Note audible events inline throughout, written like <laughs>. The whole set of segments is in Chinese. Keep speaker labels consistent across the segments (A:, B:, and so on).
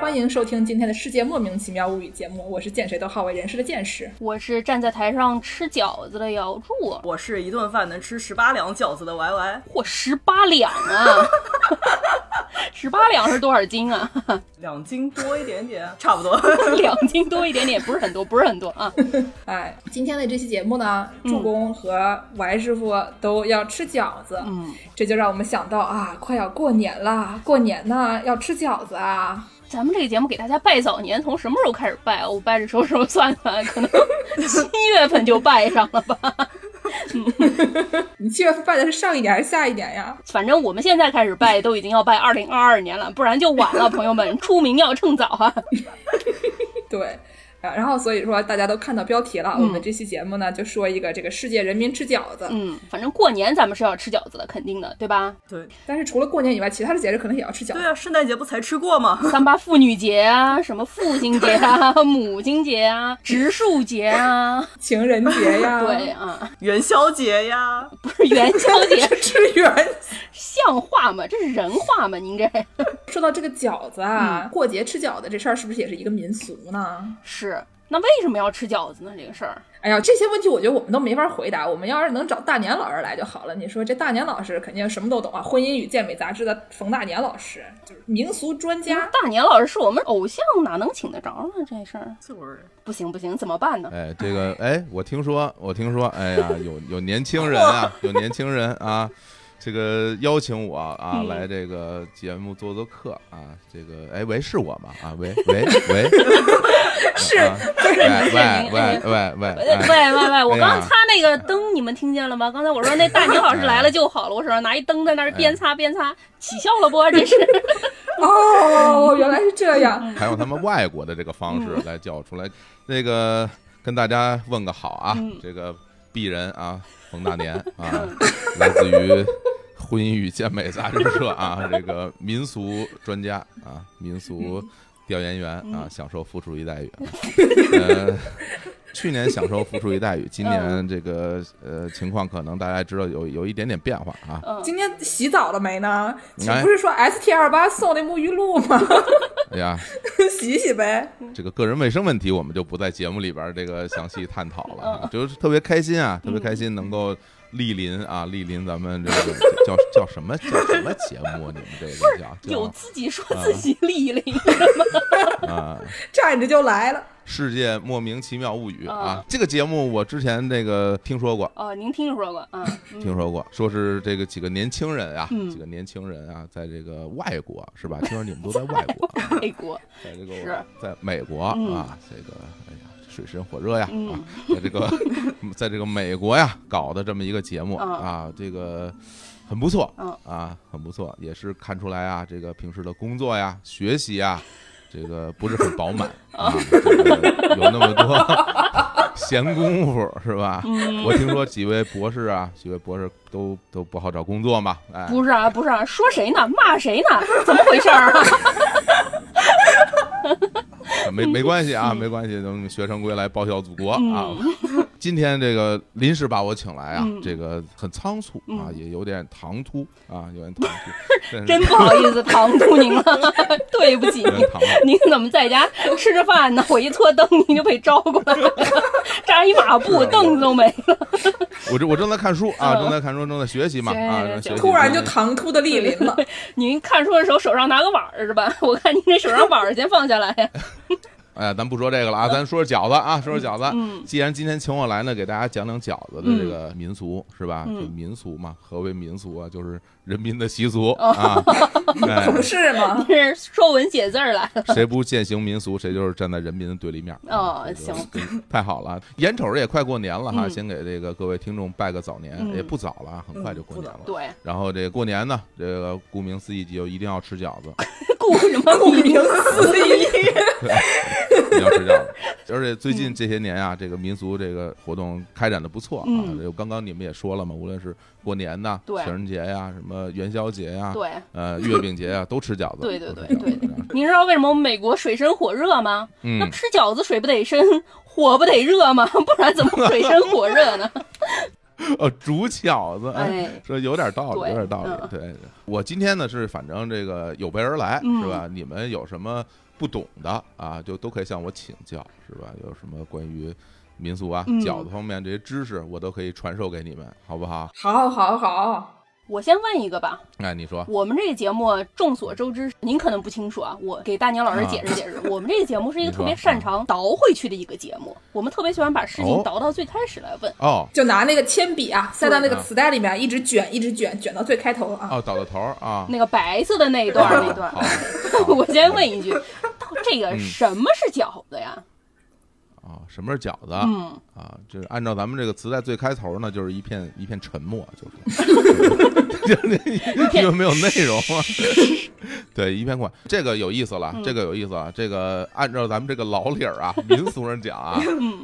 A: 欢迎收听今天的《世界莫名其妙物语》节目，我是见谁都好为人师的见识。
B: 我是站在台上吃饺子的姚柱，
C: 我是一顿饭能吃十八两饺子的 Y Y，
B: 嚯，十八两啊！十八两是多少斤啊？ <laughs>
C: 两斤多一点点， <laughs> 差不多。
B: 两斤多一点点，不是很多，不是很多啊。
A: 哎，今天的这期节目呢，
B: 嗯
A: 助攻和 Y 师傅都要吃饺子，
B: 嗯，
A: 这就让我们想到啊，快要过年啦，过年呢要吃饺子啊。
B: 咱们这个节目给大家拜早年，从什么时候开始拜啊？我拜着什么时候算算，可能七月份就拜上了吧。
A: 你七月份拜的是上一年还是下一年呀？ <laughs>
B: 反正我们现在开始拜，都已经要拜二零二二年了，不然就晚了。朋友们，出名要趁早啊！
A: 对。啊然后所以说大家都看到标题了，我们这期节目呢就说一个这个世界人民吃饺子，
B: 嗯，反正过年咱们是要吃饺子的，肯定的，对吧？
C: 对
A: 但是除了过年以外，其他的节日可能也要吃饺
C: 对
A: 子。
C: 啊，圣诞节不才吃过吗？ <laughs>
B: 三八妇女节啊，什么父亲节啊、母亲节啊、植树节啊，
A: 情人节呀，
B: <laughs> 对，
A: <laughs>
B: 啊，
C: 元宵节呀，
B: 不是元宵节，
A: 吃元
B: 像话吗？这是人话吗？您这
A: 说到这个饺子啊，过节吃饺子这事儿是不是也是一个民俗
B: 嗯
A: 呢？
B: 是那为什么要吃饺子呢？这个事儿，
A: 哎呀，这些问题我觉得我们都没法回答。我们要是能找大年老师来就好了。你说这大年老师肯定什么都懂啊，《婚姻与健美》杂志的冯大年老师就是民俗专家。
B: 大年老师是我们偶像，哪能请得着呢？这事儿
C: 就是
B: 不行不行，怎么办呢？
D: 哎，这个哎，我听说，我听说，哎呀，有有年轻人啊，有年轻人啊，这个邀请我
A: 嗯
D: 啊来这个节目做做客啊，这个哎喂是我吗？啊喂喂喂，
A: <laughs> 是
D: 啊喂喂喂喂
A: <laughs>
B: 喂
D: 喂喂，
B: 喂喂，我
D: 哎呀
B: 刚擦那个灯，你们听见了吗？刚才我说那大年老师来了就好了，我手上拿一灯在那儿边
D: 哎
B: 擦边擦，起效了不？啊
D: <laughs>
B: 这是
A: 哦，原来是这样。
D: 还用他们外国的这个方式来叫出来，那个跟大家问个好啊，这个鄙人啊冯大年啊， <laughs> 来自于。婚姻与健美杂志社啊，这个民俗专家啊，民俗调研员啊，享受副厨一待遇。呃，去年享受副厨一待遇，今年这个呃情况可能大家知道有有一点点变化啊。
A: 今天洗澡了没呢？
D: 哎
A: 不是说 S T 二八送那沐浴露吗？ <laughs>
D: 哎呀，
A: 洗洗呗。
D: 这个个人卫生问题，我们就不在节目里边儿这个详细探讨了
B: 嗯
D: 啊，就是特别开心啊，特别开心能够莅临啊，莅临咱们这个叫叫什么叫什么节目？你们
B: <laughs>
D: 这个叫
B: 有
D: 叫
B: 自己说
D: 嗯
B: 自己立了一个吗？
D: 啊。
A: 站着就来了。
D: 世界莫名其妙物语啊
B: 啊，
D: 这个节目我之前这个听说过，
B: 哦，您听说过啊？嗯
D: 听说过，说是这个几个年轻人啊，
B: 嗯
D: 几个年轻人啊，在这个外国是吧？听说你们都在外国，
B: <laughs> 外国，
D: 在这
B: 是
D: 个在美国
B: 嗯
D: 啊，这个哎呀水深火热呀啊
B: 嗯，
D: 在这个 <laughs> 在这个美国呀搞的这么一个节目
B: 嗯
D: 啊，这个很不错
B: 嗯
D: 啊，很不错，也是看出来啊，这个平时的工作呀、学习呀，这个不是很饱
B: <laughs>
D: 满啊，这个有那么多 <laughs> 闲工夫是吧？
B: 嗯
D: 我听说几位博士啊，几位博士都都不好找工作嘛，哎，
B: 不是啊，不是啊，说谁呢？骂谁呢？怎么回事儿
A: <laughs>
B: 啊？
D: 没没关系啊，没关系，等学生归来报效祖国啊。 <laughs> 今天这个临时把我请来啊，这个很仓促啊，也有点唐突啊，有点唐突，但是
B: 真不好意思，唐突您了，对不起
D: 有点唐突。
B: 您怎么在家吃着饭呢？我一搓灯，您就被招过来了，扎一马
A: 啊
B: 步，凳子都没了。
D: 我这我正在看书啊，
B: 嗯
D: 正在看书，正在学习嘛
B: 行
D: 啊，
B: 行
D: 正在学
B: 行
D: 习
A: 突然就唐突的莅临了，
B: 您看书的时候手上拿个碗儿是吧？我看您这手上碗儿先放下来呀。
D: 哎呀，咱不说这个了啊，咱说说饺子啊，说说饺子。既然今天请我来呢，给大家讲讲饺子的这个民俗是吧？就民俗嘛，何为民俗啊？就是人民的习俗啊。 <laughs> 哎
A: 不是吗？
B: 这是说文写字儿来 <laughs> 了。
D: 谁不践行民俗，谁就是站在人民的对立面。
B: 哦
D: 这个
B: 行，
D: <laughs> 太好了。眼瞅着也快过年了哈，
B: 嗯
D: 先给这个各位听众拜个早年，
B: 嗯
D: 也不早了，很快就过年了。
B: 对，
D: 然后这过年呢，这个顾名思义就一定要吃饺
B: <laughs>
D: 子，
B: <laughs> 顾什么
A: 顾
B: 顾？
A: 名思义，
D: 一定要吃饺子。
B: <laughs>
D: 而且最近这些年啊，这个民俗这个活动开展的不错啊。
B: 嗯
D: 这刚刚你们也说了嘛，无论是过年呐、
B: 对
D: 情人节呀、什么元宵节呀、
B: 对，
D: 呃月饼节呀，都吃饺子。
B: 对对对
D: 都吃饺子
B: 对您知道为什么美国水深火热吗？那 <laughs>
D: 嗯，
B: 吃 <laughs>
A: <laughs>
B: 饺子水不得深，火不得热吗？不然怎么水深火热呢？
D: 哦，煮饺子，
B: 哎，
D: 说有点道理，
B: 对嗯
D: 有点道理。对我今天呢是反正这个有备而来，
B: 嗯
D: 是吧？你们有什么不懂的啊，就都可以向我请教，是吧？有什么关于民俗啊、
B: 嗯
D: 饺子方面这些知识，我都可以传授给你们，好不好？
A: 好好好，
B: 我先问一个吧，
D: 哎，你说，
B: 我们这个节目众所周知，您可能不清楚啊，我给大年老师解释解释，我们这个节目是一个
D: 啊你
B: 特
D: 说啊
B: 别擅长倒回去的一个节目，我们特别喜欢把事情
D: 哦
B: 倒到最开始来问。
D: 哦
A: 就拿那个铅笔啊，塞到那个
D: 啊
A: 磁带里面，一直卷，一直卷，卷到最开头啊。
D: 哦，倒到头儿啊，
B: 那个白色的那一段儿，那段儿
D: 好，
B: <laughs> 我先问一句，到这个
D: 嗯
B: 什么是饺子呀？
D: 啊，什么是饺子？
B: 嗯，
D: 啊，就是按照咱们这个磁带最开头呢，就是一片一片沉默，就是
B: <laughs>
D: 就是 <laughs> 因为没有内容啊，对，一片空白。这个有意思
B: 嗯
D: 了，这个有意思了。这个按照咱们这个老理儿啊，民俗上讲啊，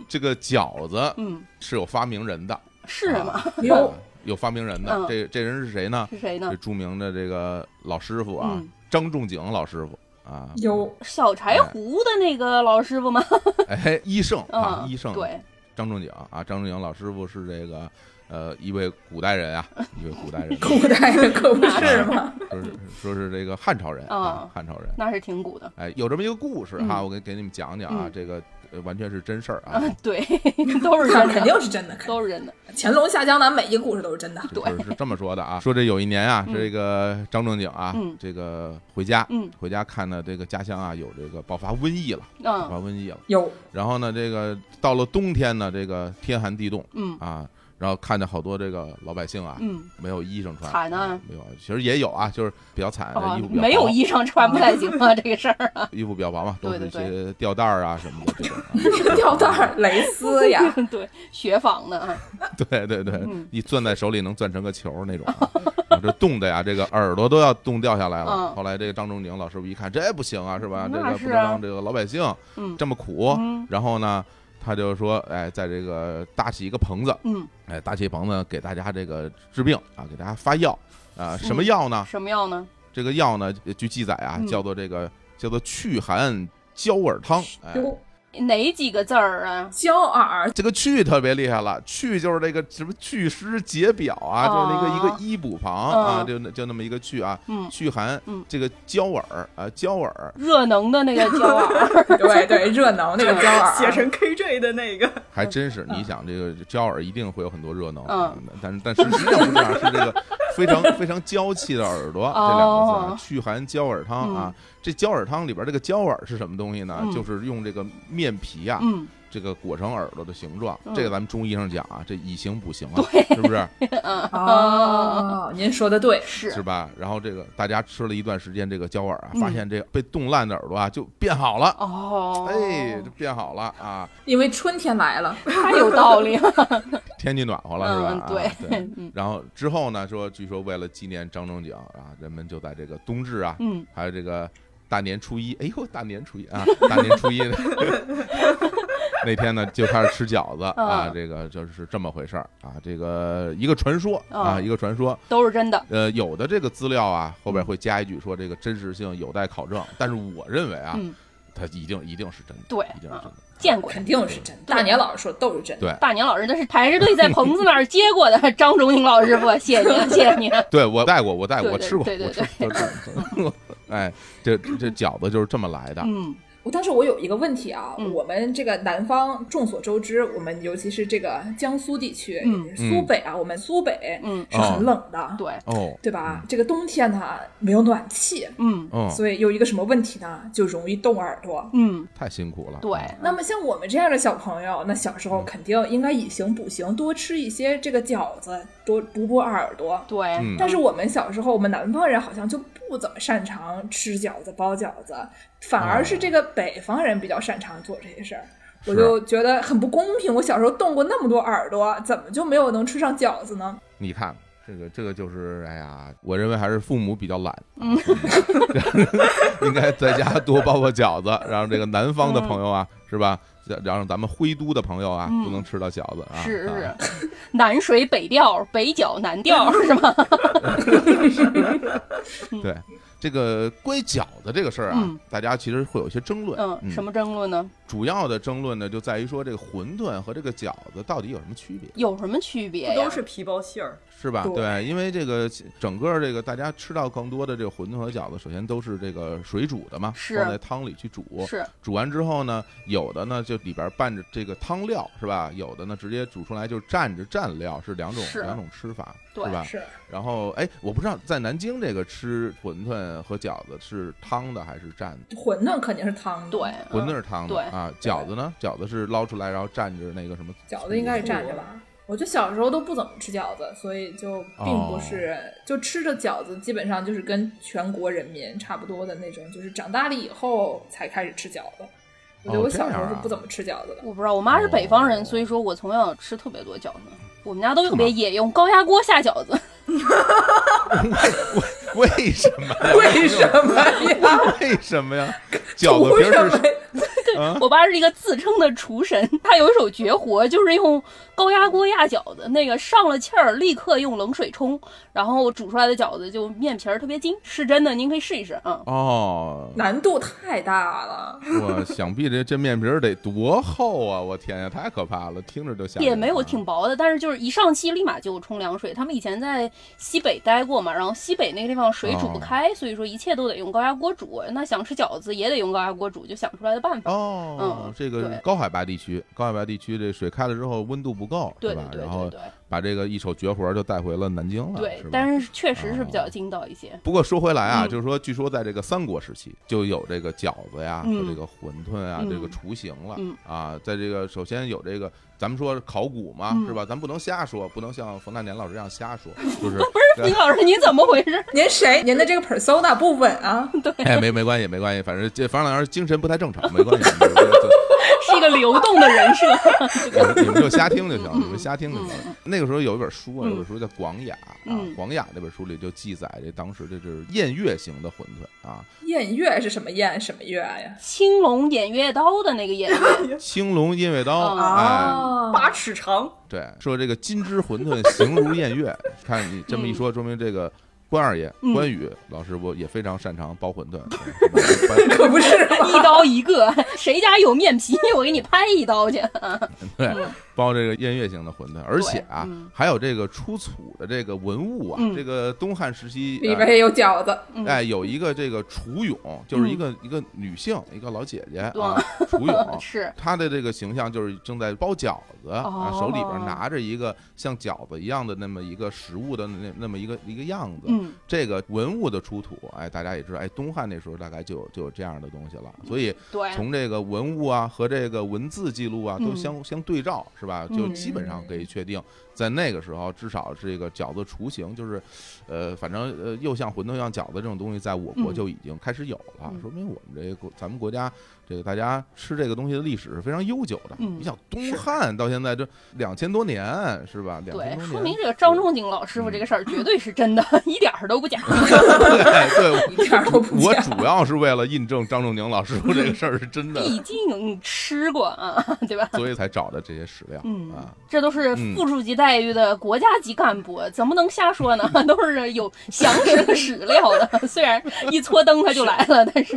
D: 这个饺子
B: 嗯
D: 是有发明人的，
B: 是吗？
D: 啊
A: 哟，
D: 有发明人的
B: 嗯。
D: 这这人是谁呢？
B: 是谁呢
D: 这？著名的这个老师傅啊
B: 嗯，
D: 张仲景老师傅啊，
A: 有
B: 小柴
D: 嗯
B: 胡的那个老师傅吗？
D: 哎，医圣啊，
B: 嗯，
D: 医圣
B: 对，
D: 张仲景啊，张仲景老师傅是这个呃一位古代人啊，一位古代人，
A: 古代人可不是吗？
D: 说是说是这个汉朝人啊
B: 哦，
D: 汉朝人。
B: 那是挺鼓的。
D: 哎，有这么一个故事哈，
B: 嗯
D: 我给给你们讲讲啊
B: 嗯，
D: 这个呃完全是真事儿啊
B: 啊，，对，都是真的，
A: 肯定是真的，肯
B: 都是真的。
A: 乾隆下江南每一个故事都是真的。
D: 这事儿是这么说的啊，说这有一年啊，这个张仲景啊
B: 嗯，
D: 这个回家
B: 嗯，
D: 回家看到这个家乡啊有这个爆发瘟疫了，爆发
B: 嗯
D: 瘟疫了，
A: 有 <laughs>
D: 然后呢，这个到了冬天呢，这个天寒地冻
B: 嗯
D: 啊，然后看见好多这个老百姓啊，
B: 嗯，
D: 没有衣裳穿，
B: 惨啊
D: 嗯没有，其实也有啊，就是比较惨，
B: 啊
D: 衣服，比较
B: 没有
D: 薄
B: 衣裳穿不太行啊，这个事儿啊，
D: <laughs> 衣服比较薄嘛，都
B: 对
D: 是
B: 对
D: 一些吊带儿啊什
B: <laughs>
D: 么的这种啊。
A: 吊带儿、蕾丝呀，
B: 对，雪纺的啊，
D: 对对对
B: 嗯，
D: 一攥在手里能攥成个球儿那种
B: <laughs>
D: 啊，啊这冻的呀，这个耳朵都要冻掉下来了。
B: 嗯
D: 后来这个张仲景老师傅一看，这不行啊，是吧？这
B: 那
D: 个
B: 是
D: 不能
B: 啊
D: 让这个老百姓
B: 嗯
D: 这么苦
B: 嗯。
D: 然后呢，他就说，哎，在这个搭起一个棚子，
B: 嗯，
D: 哎，搭起一棚子给大家这个治病啊，给大家发药啊，什么药呢？
B: 什么药呢？
D: 这个药呢，据记载啊
B: 嗯，
D: 叫做这个叫做祛寒焦耳汤。哎，
A: 有
B: 哪几个字儿啊？
A: 焦耳，
D: 这个祛特别厉害了，祛就是这个什么祛湿解表啊，就是那个一
B: 哦
D: 个衣补旁啊，
B: 嗯
D: 就那就那么一个祛啊，
B: 嗯，
D: 祛寒
B: 嗯，
D: 这个焦耳啊，焦耳，
B: 热能的那个胶啊耳，
A: 对对，热闹那个焦耳，
C: 写成 KJ 的
A: <laughs>
C: 那个，
D: 还真是，你想这个焦耳一定会有很多热能
B: 嗯，
D: 但是但实际上不是啊，是这个非常非常娇气的耳朵这两个字啊
B: 哦，
D: 祛寒焦耳汤啊，这焦耳汤里边这个焦耳是什么东西呢
B: 嗯？
D: 就是用这个面皮啊，
B: 嗯，
D: 这个裹成耳朵的形状
B: 嗯，
D: 这个咱们中医上讲啊，这以形补形啊，是不是？
A: 哦，啊您说的对，
D: 是
B: 是，
D: 吧？然后这个大家吃了一段时间这个胶耳啊，
B: 嗯
D: 发现这被冻烂的耳朵啊就变好了，
B: 哦，
D: 哎，就变好了啊，
A: 因为春天来了，
B: 太有道理了，
D: 天气暖和了是吧？
B: 嗯，
D: 啊
B: 对，
D: 对。
B: 嗯
D: 然后之后呢，说据说为了纪念张仲景啊，人们就在这个冬至啊，
B: 嗯，
D: 还有这个大年初一，哎呦，大年初一啊， <laughs> 大年初一那天呢就开始吃饺子啊
B: 嗯，
D: 这个就是这么回事儿啊，这个一个传说啊，
B: 嗯
D: 一个传说，
B: 都是真的，
D: 呃，有的这个资料啊，后边会加一句说这个真实性有待考证，但是我认为啊，
B: 嗯
D: 它一定一定是真的，
B: 对
D: 一定是真的。
B: 见过。
A: 肯定是真的。大年老师说都是真的，
D: 对
B: 大年老师那是排着队在棚子那儿接过的， <laughs> 张仲景老师傅，谢谢您，谢谢您。
D: 对我带过，我带过，
B: 对
D: 我
B: 对
D: 吃过，
B: 对对
D: 我吃过。我吃过 <laughs> 哎，这这饺子就是这么来的。
B: 嗯
A: 我但是我有一个问题啊，
B: 嗯
A: 我们这个南方众所周知，我们尤其是这个江苏地区，
B: 嗯
A: 也是苏北啊，我们苏北
B: 嗯，
A: 是很冷的，
B: 对，
D: 哦，
A: 对吧？这个冬天呢没有暖气，
B: 嗯
D: 哦，
A: 所以有一个什么问题呢？就容易冻耳朵。
B: 嗯，
D: 太辛苦了。
B: 对，
A: 那么像我们这样的小朋友，那小时候
B: 嗯
A: 肯定应该以形补形，多吃一些这个饺子，多补补耳朵。
B: 对，
D: 嗯，
A: 但是我们小时候，我们南方人好像就不怎么擅长吃饺子、包饺子，反而是这个北方人比较擅长做这些事儿。我
D: 是
A: 就觉得很不公平，我小时候冻过那么多耳朵，怎么就没有能吃上饺子呢？
D: 你看。这个这个就是，哎呀，我认为还是父母比较懒，
B: 嗯
D: <laughs> 应该在家多包包
B: <laughs>
D: 饺子，让这个南方的朋友啊，是吧？让让咱们徽都的朋友啊，
B: 嗯
D: 都能吃到饺子啊。
B: 是
D: 啊
B: 是，南水北调，北饺南调是吗？
D: 对，这个关于饺子这个事儿啊，
B: 嗯
D: 大家其实会有一些争论。
B: 嗯，什么争论呢？
D: 主要的争论呢，就在于说这个馄饨和这个饺子到底有什么区别，
B: 有什么区别
C: 不
B: 呀？
C: 都是皮包馅儿？
D: 是吧？
A: 对
D: 对，因为这个整个这个大家吃到更多的这个馄饨和饺子，首先都是这个水煮的嘛，
B: 是
D: 放在汤里去煮。
B: 是
D: 煮完之后呢，有的呢就里边拌着这个汤料是吧？有的呢直接煮出来就蘸着蘸料，是两种
B: 是
D: 两种吃法，
B: 对
D: 是吧？
A: 是
D: 然后哎，我不知道在南京这个吃馄饨和饺子是汤的还是蘸的？
A: 馄饨肯定是汤的，
B: 对，
D: 馄饨是汤的、
B: 嗯对
D: 啊，饺子呢？饺子是捞出来然后蘸着那个什么？
A: 饺子应该是蘸着吧。我就小时候都不怎么吃饺子，所以就并不是、
D: 哦
A: 就吃着饺子，基本上就是跟全国人民差不多的那种，就是长大了以后才开始吃饺子。我觉得
D: 哦
A: 我
D: 这
A: 小时候
D: 样
A: 是
D: 啊
A: 不怎么吃饺子的。
B: 我不知道，我妈是北方人，
D: 哦
B: 所以说我从小吃特别多饺子。我们家都特
D: 是
B: 别野，用高压锅下饺子， <laughs>
D: <laughs> 为为什么
B: <laughs>
D: 呀？
A: 为什么呀？
D: <laughs> 为什么呀？饺子
A: 图什
D: 平时
A: 么
B: <laughs>
D: 是
A: 呀？
D: 啊
B: 我爸是一个自称的厨神，他有一手绝活，就是用高压锅压饺子，那个上了气儿立刻用冷水冲，然后煮出来的饺子就面皮儿特别筋，是真的，您可以试一试啊。
D: 哦，
A: 难度太大了。
D: 我想必这这面皮儿得多厚啊！我天呀，太可怕了，听着就吓人啊。
B: 也没有挺薄的，但是就是一上气立马就冲凉水。他们以前在西北待过嘛，然后西北那个地方水
D: 哦
B: 煮不开，所以说一切都得用高压锅煮。那想吃饺子也得用高压锅煮，就想出来的办法。
D: 哦
B: 嗯，
D: 这个
B: 对
D: 是高海拔地区，高海拔地区这水开了之后温度不够，
B: 对
D: 是吧
B: 对？对
D: 然
B: 对
D: 后
B: 对
D: 把这个一手绝活就带回了南京了，
B: 对
D: 是，吧？哦
B: 但是确实是比较筋道一
D: <laughs>
B: 些。
D: 不过说回来啊，
B: 嗯
D: 就是说，据说在这个三国时期就有这个饺子呀、
B: 嗯
D: 和这个馄饨啊、
B: 嗯
D: 这个雏形了、
B: 嗯
D: 啊，在这个首先有这个，咱们说考古嘛，
B: 嗯
D: 是吧？咱不能瞎说，不能像冯大年老师这样
B: <laughs>
D: 瞎说，就是
B: 不是，李老师，你怎么回事？
A: 您谁？您的这个 persona 不稳啊？
D: 哎，没没关系，没关系，反正这樊老师精神不太正常，没关系，没关系
B: 是一个流动的人设。 <laughs>
D: 你们你们就 <laughs> 瞎听就行，
B: 嗯
D: 你们瞎听就行。那个时候有一本书啊，
B: 嗯
D: 有本书叫《广雅》啊，
B: 嗯
D: 《广雅》那本书里就记载这当时这就是宴乐型的馄饨啊，
A: 宴乐是什么宴？什么乐呀？
B: 青龙偃月刀的那个偃月，
D: 青龙偃月刀，
B: 哦
D: 哎，
A: 啊
C: 八尺
A: <laughs>
C: 长，
D: 对，说这个金枝馄饨形如宴乐， <laughs> 看你这么一说，说明这个。关二爷
B: 嗯，
D: 关羽老师，我也非常擅长包
B: <laughs>
D: 馄饨。是吧关
A: 可不是
B: 一
A: 吧？
B: 刀一个， <laughs> 谁家有面皮，我给你拍一刀去。
D: 哦对，包 <laughs> 这个宴乐型的馄饨，而且啊，
B: 嗯对嗯
D: 还有这个出土的这个文物啊，
B: 嗯
D: 这个东汉时期
A: 里
D: 啊
A: 边也有饺子，
B: 嗯
D: 哎，有一个这个楚勇，就是一个、一个女性，一个老姐姐啊
B: 哇，<laughs>
D: 楚勇。
B: <laughs> 是，
D: 她的这个形象就是正在包饺子、
B: 哦
D: 啊，手里边拿着一个像饺子一样的那么一个食物的那那么一个一个样子。
B: 嗯，
D: 这个文物的出土，哎，大家也知道，哎，东汉那时候大概就有就有这样的东西了。所以
B: 对，
D: 从这个文物啊和这个文字记录啊都
B: 嗯
D: 相、相对照，是吧？就
B: 嗯
D: 基本上可以确定，在那个时候，至少这个饺子雏形就是，呃，反正呃又像馄饨像饺子这种东西，在我国
B: 嗯
D: 就已经开始有了，
B: 嗯
D: 说明我们这个国咱们国家这个大家吃这个东西的历史是非常悠久的。
B: 嗯
D: 你想东汉到现在这两千多年，是吧？两千
B: 对，
D: 多年，嗯
B: 说明这个张仲景老师傅这个事儿绝对是真的， <laughs> 一点儿都
D: <laughs>
B: 不假。
D: <laughs> 对对。
A: 一点都不
D: 我
A: 假。
D: 主要是为了印证张仲景老师傅这个事儿是
B: <laughs>
D: 真的，
B: 毕竟吃过啊，对吧？
D: 所以才找的这些史料、
B: 嗯
D: 啊。，
B: 这都是副处级待遇的国家级干部，怎么能瞎说呢？ <laughs> 都是有详实的史料的。 <laughs> 虽然一搓灯他就来了，但是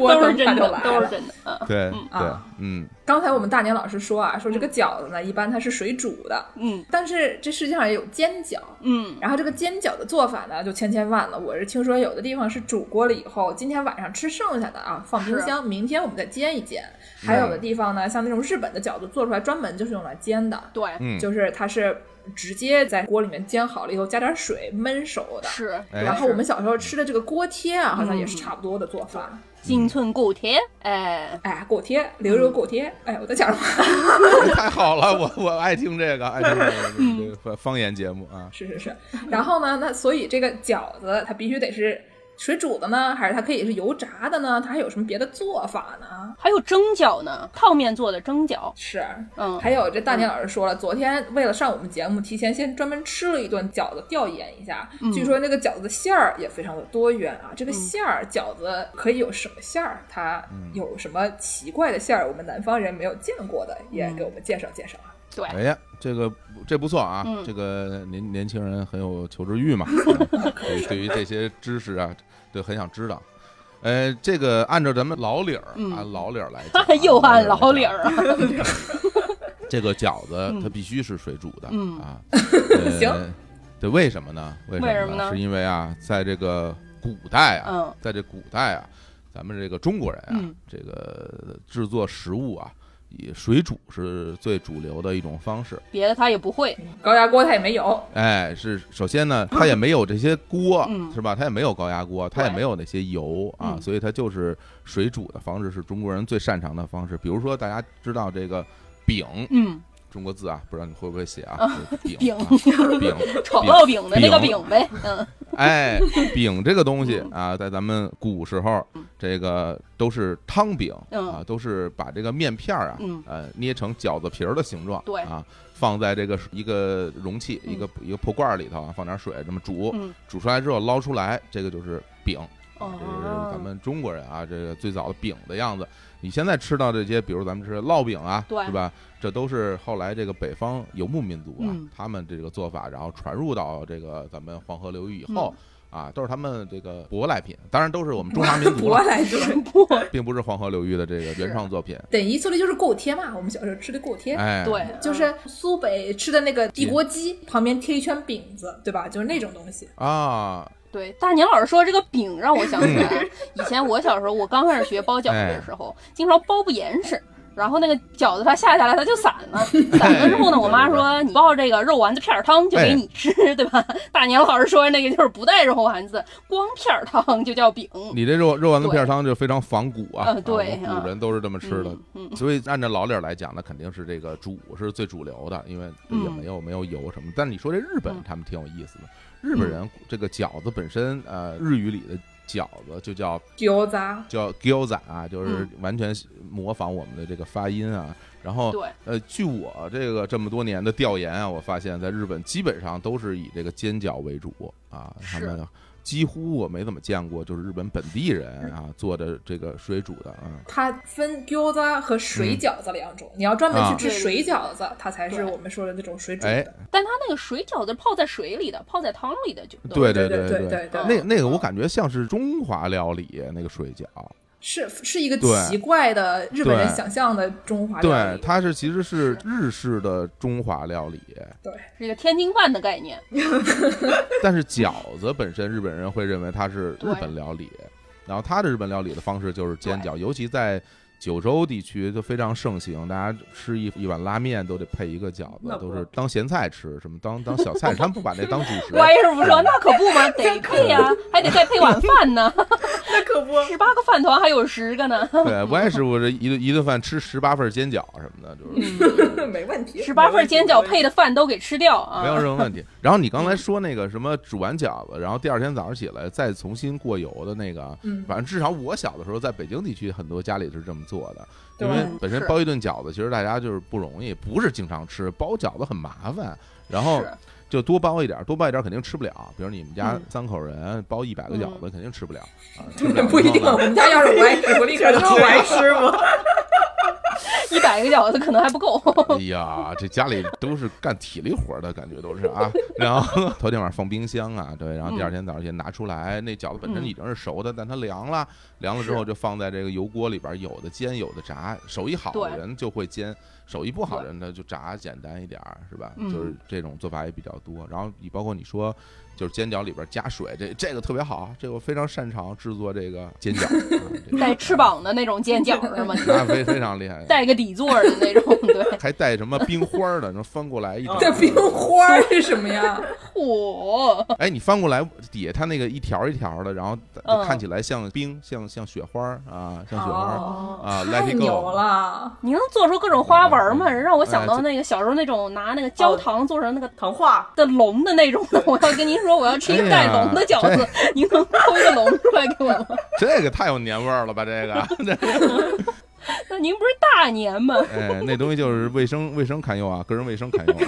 A: 我
B: <laughs> 都是真
A: 看出
B: 的
A: 来，
B: 都是
A: 了
B: 真的啊。
D: 对对
A: 啊，
D: 嗯，
A: 刚才我们大年老师说啊，说这个饺子呢，一般它是水煮的，
B: 嗯
A: 但是这世界上也有煎饺。
B: 嗯，
A: 然后这个煎饺的做法呢，就千千万了。我是听说有的地方是煮过了以后，今天晚上吃剩下的啊，放冰箱，明天我们再煎一煎。
B: 嗯
A: 还有的地方呢，像那种日本的饺子做出来，专门就是用来煎的，
B: 对，
D: 嗯
A: 就是它是直接在锅里面煎好了以后，加点水焖熟的。
B: 是
D: 哎
A: 然后我们小时候吃的这个锅贴啊，好像也是
B: 嗯
A: 差不多的做法。
B: 金寸够贴，哎，
A: 哎，锅贴，牛
B: 嗯
A: 肉锅贴。哎，我在讲什么？
D: <laughs> 太好了，我我爱听这个，爱听这
B: 嗯
D: 个这个方言节目啊。
A: 是是 <laughs> 是。然后呢，那所以这个饺子它必须得是水煮的呢，还是它可以是油炸的呢？它还有什么别的做法呢？
B: 还有蒸饺呢，泡面做的蒸饺，
A: 是，
B: 嗯，
A: 还有这大年老师说了，昨天为了上我们节目，提前先专门吃了一顿饺子调研一下。据说那个饺子馅儿也非常的多元啊，这个馅儿饺子可以有什么馅儿？它有什么奇怪的馅儿？我们南方人没有见过的，也给我们介绍介绍啊。
B: 对， <laughs>
D: 哎呀，这个这不错啊，
B: 嗯
D: 这个年年轻人很有求知
B: <laughs>
D: 欲嘛，嗯对对于这些知识啊，对很想知道。呃，这个按照咱们老理儿
B: 嗯
D: 按老理儿来讲啊，
B: <laughs> 又按老
D: 理
B: 理
D: 儿
B: 儿啊，
D: 来讲，这个饺子
B: 嗯
D: 它必须是水煮的
B: 嗯 <laughs>
D: 啊。
A: 行
D: 呃，对，为什么呢？为
B: 为什
D: 什
B: 么
D: 么
B: 呢
D: 是因为啊，在这个古代啊，
B: 嗯
D: 在这古代啊，咱们这个中国人啊，
B: 嗯
D: 这个制作食物啊，以水煮是最主流的一种方式。
B: 别的他也不会，
A: 高压锅它也没有，
D: 哎，是首先呢，它也没有这些锅，
B: 嗯
D: 是吧？它也没有高压锅，它也没有那些油啊，
B: 嗯
D: 所以它就是水煮的方式是中国人最擅长的方式。比如说，大家知道这个饼，
B: 嗯，
D: 中国字啊，不知道你会不会写啊？就是
B: <laughs> 饼
D: 饼啊，饼，
B: 炒烙饼的那个
D: 饼
B: 饼呗，嗯
D: 哎，饼这个东西啊，在咱们古时候，这个都是汤饼
B: 嗯
D: 啊，都是把这个面片儿啊
B: 嗯，
D: 呃，捏成饺子皮儿的形状，
B: 对
D: 啊，放在这个一个容器、一个一个破罐儿里头啊，放点水这么煮，
B: 嗯，
D: 煮出来之后捞出来，这个就是饼。啊这
B: 哦
D: 是咱们中国人啊，这个最早的饼的样子。你现在吃到这些，比如咱们吃烙饼啊，
B: 对
D: 是吧？这都是后来这个北方游牧民族啊，
B: 嗯
D: 他们这个做法，然后传入到这个咱们黄河流域以
B: 嗯
D: 后。啊，都是他们这个舶来品，当然都是我们中华民族
A: 舶 <laughs>
D: 了，
A: 来品。
B: 不，
D: 并不是黄河流域的这个原创作品。
A: 啊等于说的就是锅贴嘛，我们小时候吃的锅贴。
D: 哎，
B: 对，
A: 就是苏北吃的那个地锅鸡，
D: 嗯
A: 旁边贴一圈饼子，对吧？就是那种东西。
D: 啊，
B: 对，大年老师说这个饼让我想起来，
D: 嗯
B: 以前我小时候，我刚开始学包饺子的时候，
D: 哎
B: 经常包不严实。然后那个饺子它下下来它就散了，散了之后
D: 哎
B: 呢，我妈说你包这个肉丸子片儿汤就给你吃， <laughs> 对吧？大年老师说那个就是不带肉丸子，光片儿汤就叫饼。
D: 你这肉肉丸子
B: 对
D: 片儿汤就非常仿古啊，
B: 呃对
D: 啊我们
B: 啊
D: 古人都是这么吃的。
B: 嗯，
D: 所以按照老理儿来讲呢，肯定是这个煮是最主流的，因为这也
B: 嗯
D: 没有、没有油什么。但你说这日本
B: 嗯
D: 他们挺有意思的，日本人这个饺子本身，呃，日语里的饺子就叫
A: 饺子啊，
D: 叫 gyoza 啊，就是完全模仿我们的这个发音啊。然后
B: 嗯对，
D: 呃，据我这个这么多年的调研啊，我发现在日本基本上都是以这个煎饺为主啊，他
A: 是
D: 们几乎我没怎么见过，就是日本本地人啊做的这个水煮的啊。
A: 它分饺子和水饺子两种，你要专门
D: 嗯啊
A: 去吃
B: 对
A: 水饺子，它才是
B: 对
A: 我们说的那种水煮
D: 哎
A: 的。，
B: 但它那个水饺子泡在水里的，泡在汤里的就
D: 对
A: 对
D: 对
A: 对
D: 对
A: 对对
D: 那那个我感觉像是中华料理那个水饺，
A: 是是一个
D: 对
A: 奇怪的日本人
D: 对
A: 想象的中华料
D: 对
A: 理，。
D: 它是其实是日式的中华料理，
B: 是一个天津饭的概念。
D: 但是饺子本身日本人会认为它是日本料理，然后它的日本料理的方式就是煎饺，尤其在九州地区就非常盛行，大家吃一一碗拉面都得配一个饺
C: 那
D: 子，
C: 不
D: 都是当咸菜吃，什么当当小菜，他们不把那当主
B: <laughs>
D: 食。
B: 歪师傅说：“那可不嘛，得配呀、还得再配碗饭呢，
C: 那可不，
B: 十八个饭团还有十个呢。”
D: 对，歪师傅这一顿一顿饭吃十八份煎饺什么的，就是。
A: 没问题。
B: 十八份煎饺配的饭都给吃掉啊！
D: 没有任何
B: <laughs>
D: 问题。然后你刚才说那个什么煮完饺子，然后第二天早上起来再重新过油的那个，啊
A: 嗯
D: 反正至少我小的时候在北京地区很多家里是这么做的，因为
A: 对
D: 本身
A: 是
D: 包一顿饺子其实大家就是不容易，不是经常吃，包饺子很麻烦，然后
B: 是
D: 就多包一点，多包一点肯定吃不了。比如你们家
B: 嗯
D: 三口人包一百个饺子肯定吃不了啊，吃了
A: 不一定，
D: 之后
A: 我
D: 呢
A: 们家要是我也我
B: <laughs>
A: 立刻就吃
C: <laughs> 白
A: 完。
C: 师傅，
B: 一百个饺子可能还不够。
D: 哎呀，这家里都是干体力活的感觉都是
B: <laughs>
D: 啊。然后头天晚上放冰箱啊，对，然后第
B: 嗯
D: 二天早上去拿出来，那饺子本身已经是熟的，但它凉了，凉了之后就放在这个油锅里边，有的煎，有的炸。手艺好的
B: 对
D: 人就会煎，手艺不好的
B: 对
D: 人呢就炸简单一点儿，是吧？
B: 嗯
D: 就是这种做法也比较多。然后你包括你说。就是煎饺里边加水，这这个特别好，这个我非常擅长制作这个煎饺，啊这个
B: 带翅膀的那种煎饺是
D: <laughs>
B: 吗？
D: 那非非常厉害，
B: 带个底座的那种，
D: <laughs>
B: 对，
D: 还带什么冰花儿的，能翻过
B: 嗯
D: 来一整
A: <laughs> 这冰花儿是什么
D: <laughs>
A: 呀？
B: 嚯，
D: 哎，你翻过来底下它那个一条一条的，然后
B: 嗯
D: 就看起来像冰，像像雪花儿啊，像雪花儿
A: 哦 <laughs>
D: 啊
A: 太
D: ，Let it
A: 牛
D: go。
A: 了！
B: <laughs> 你能做出各种花纹吗？让我想
D: 哎哦
B: 到那个小时候那种拿那个焦糖做成那个
C: 糖画
B: 的龙的那种。我要跟您说，我要吃一个带龙的饺
D: 哎
B: 子，您能抠一个龙出来给我吗？
D: 这个太有年味儿了吧？这个， <laughs> 这
B: 那您不是大年吗？ <laughs>
D: 哎，那东西就是卫生卫生堪忧啊，个人卫生堪忧啊、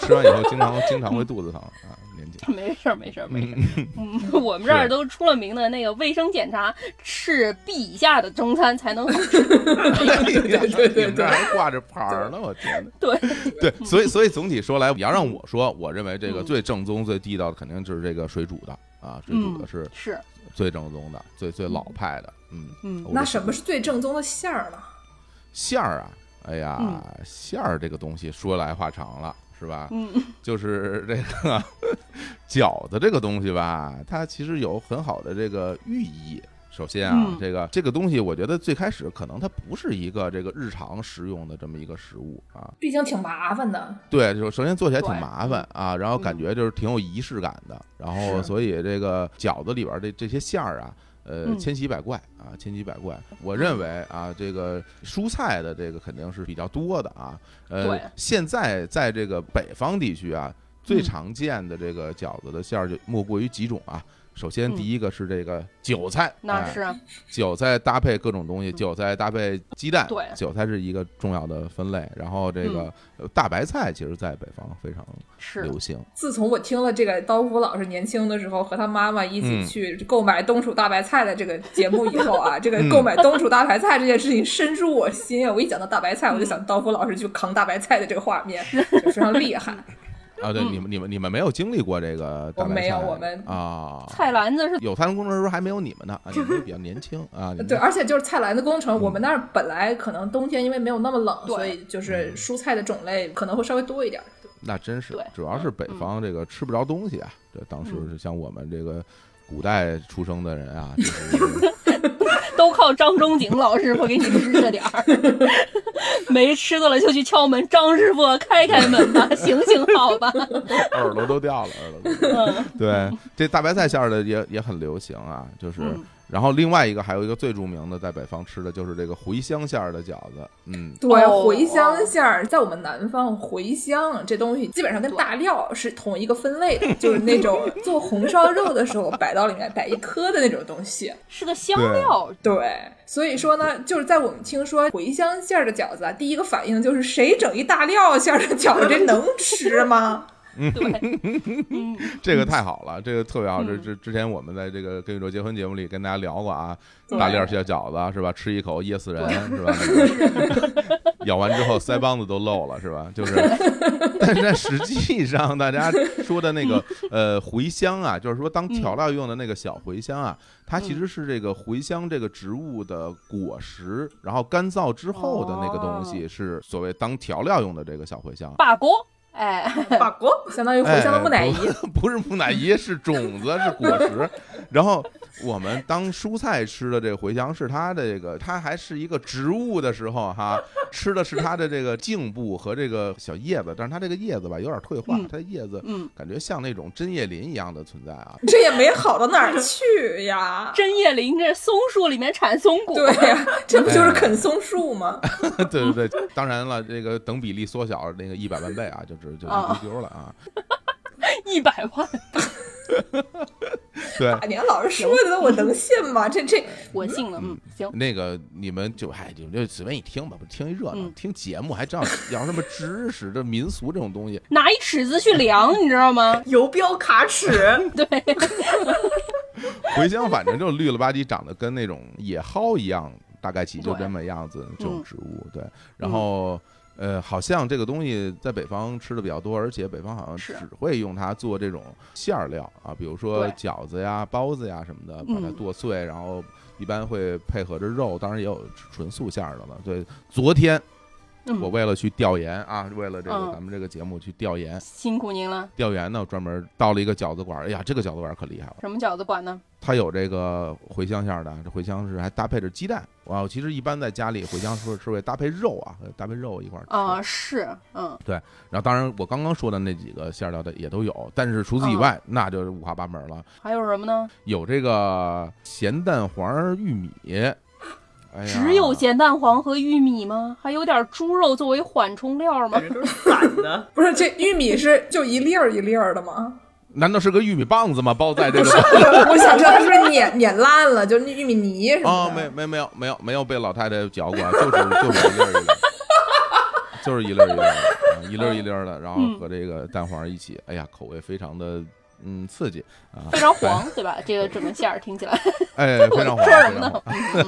D: 吃完以后经常经常会肚子疼啊。你人家。
B: 没事儿，没事儿，没事儿。嗯，我们这儿都出了名的那个卫生检查是 B 以下的中餐才能好 <laughs> 吃。
A: 对对对
D: 你
A: 对
D: 们这
A: 对，
D: 还挂着牌儿呢，我天哪！
B: 对，
D: 对，所以所以总体说来，你要让我说，我认为这
A: 嗯
D: 个最正宗、最地道的肯定就是这个水煮的啊，水煮
A: 嗯
D: 的是
B: 是，
D: 最正宗的、最最老派的。嗯，
B: 嗯
D: 我
A: 那
D: 就
A: 什么是最正宗的馅儿呢？
D: 馅儿啊？哎呀
B: 嗯，
D: 馅儿这个东西说来话长了，是吧？
B: 嗯
D: 就是这个 <laughs> 饺子这个东西吧，它其实有很好的这个寓意。首先啊，
B: 嗯
D: 这个这个东西，我觉得最开始可能它不是一个这个日常食用的这么一个食物啊。
A: 毕竟挺麻烦的。
D: 对，就首先做起来挺
A: 对
D: 麻烦啊，然后
B: 嗯
D: 感觉就是挺有仪式感的，然后
A: 是
D: 所以这个饺子里边儿的这些馅儿啊。呃，
B: 嗯
D: 千奇百怪啊，千奇百怪。我认为啊，这个蔬菜的这个肯定是比较多的啊。呃
B: 对，
D: 现在在这个北方地区啊，最
B: 嗯
D: 常见的这个饺子的馅儿就莫过于几种啊。首先，
B: 嗯
D: 第一个是这个韭菜，
B: 那
D: 哎
B: 是啊，
D: 韭菜搭配各种东西，韭菜搭配鸡蛋，
B: 嗯对嗯
D: 韭菜是一个重要的分类。然后这个呃大白菜，其实在北方非常
B: 是
D: 流行。
A: 自从我听了这个刀夫老师年轻的时候和他妈妈一
D: 嗯
A: 起去购买冬储大白菜的这个节目以后啊，这个购买冬储大白菜这件事情深入我心啊！我一讲到大白菜，我就想刀夫老师去扛大白菜的这个画面，就非常厉害。
D: 啊，
B: 嗯
D: 对，你们你们你们没有经历过这个大
A: 我
D: 白菜？
A: 没有我们
D: 啊，
B: 菜篮子是 <laughs>
D: 有太阳工程的时候还没有你们呢，啊，你们比较年轻啊。你们
A: 对，而且就是菜篮子工程，我们那儿本来可能冬天因为没有那么冷，
B: 对
A: 所以就是蔬菜的种类可能会稍微多一点。
D: 那真是
B: 对，嗯
D: 主要是北方这个吃不着东西啊。这当时是像我们这个古代出生的人
B: <laughs>
D: 啊，就是
B: 都靠张仲景老师傅给你支着点儿，没吃的了就去敲门，张师傅开开门吧，行行好吧，
D: <laughs> 耳朵都掉了，耳朵都掉了。
B: 嗯
D: 对，这大白菜馅儿的也也很流行啊，就是，
B: 嗯
D: 然后另外一个还有一个最著名的在北方吃的就是这个茴香馅儿的饺子，嗯，
A: 对，
B: 哦
A: 茴香馅儿在我们南方，茴香这东西基本上跟大料是同一个分类的，就是那
B: <laughs>
A: 种做红烧肉的时候摆到里面摆一颗的那种东西。
B: 是个香料，
A: 对，所以说呢，就是在我们听说茴香馅儿的饺子啊，第一个反应就是谁整一大料馅儿的饺子，这能吃吗？
B: 对，嗯
D: 这个太好了，这个特别好，这
B: 嗯
D: 这之前我们在这个《跟宇宙结婚》节目里跟大家聊过啊，
A: 对
D: 大粒儿馅饺子是吧？吃一口噎死人是吧？那个 <laughs> 咬完之后腮帮子都漏了是吧？就是，但是在实际上大家说的那个呃茴香啊，就是说当调料用的那个小茴香啊，它其实是这个茴香这个植物的果实，然后干燥之后的那个东西是所谓当调料用的这个小茴香。
B: 罢锅，哎，
C: 法国 <laughs>
A: 相当于茴香的木乃伊。
D: 哎不不是 <laughs> 木乃伊，是种子，是果实。然后我们当蔬菜吃的这个茴香是它的这个，它还是一个植物的时候哈，吃的是它的这个茎部和这个小叶子，但是它这个叶子吧有点退化，
B: 嗯
D: 它的叶子
B: 嗯，！
D: 感觉像那种针叶林一样的存在啊。 <laughs>
A: 这也没好到哪儿去呀
B: <laughs> 针叶林这松树里面产松果，
A: 对呀、这不
D: 哎
A: 就是啃松树吗？ <laughs>
D: 对对对，当然了，这个等比例缩小那个一百万倍啊，就只就一
B: 啊
D: 丢丢了啊。
B: 一百万，
D: 对，
A: 大年哎老师说的，我能信吗？这这
B: 我信了，嗯，行，
D: 那个你们就哎，你们就随便一听吧，不听一热闹，
B: 嗯
D: 听节目还知道聊什么知识，这民俗这种东西。
B: 拿一尺子去量，你知道吗？
C: 游标卡尺，
B: <laughs> 对，
D: <laughs> 茴香反正就绿了吧唧，长得跟那种野蒿一样，大概其就
B: 对
D: 这么样子，这种
B: 嗯
D: 植物。对，然后。呃，好像这个东西在北方吃的比较多，而且北方好像
B: 是
D: 只会用它做这种馅儿料啊，比如说
B: 对
D: 饺子呀、包子呀什么的，把它
B: 嗯
D: 剁碎，然后一般会配合着肉，当然也有纯素馅儿的了。对，昨天
B: 嗯
D: 我为了去调研啊，为了这个
B: 嗯
D: 咱们这个节目去调研，
B: 辛苦您了。
D: 调研呢专门到了一个饺子馆儿，哎呀，这个饺子馆儿可厉害了，
B: 什么饺子馆呢？
D: 它有这个茴香馅儿的，这茴香是还搭配着鸡蛋。哇，其实一般在家里茴香是是会搭配肉啊，呃搭配肉一块儿吃。
B: 啊，是，嗯，
D: 然后当然我刚刚说的那几个馅料的也都有，但是除此以
B: 嗯
D: 外，那就是五花八门了，
B: 还有什么呢？
D: 有这个咸蛋黄玉米。哎呀，
B: 只有咸蛋黄和玉米吗？还有点猪肉作为缓冲料吗
C: 感？觉都是散
A: <laughs>
C: 的。
A: 不是这玉米是就一粒儿一粒儿的吗？
D: 难道是个玉米棒子吗？包
B: <laughs>
D: 在这个
A: <laughs> 我想知道它是不是碾碾烂了，就是那玉米泥
D: <laughs>
A: 什
B: <laughs>
D: 啊、
A: 么
D: 没
A: 的。
D: 没没有没有没有被老太太嚼过，就是就是一粒儿一粒儿，就是一粒儿一粒儿的，啊一粒儿一粒儿的，然后和这个蛋黄一起，哎呀，口味非常的嗯刺激啊，
B: 非常黄，对吧？这个整个馅儿听起来，
D: 哎，
B: <laughs>
D: 非常黄，非 <laughs> 常
B: 嗯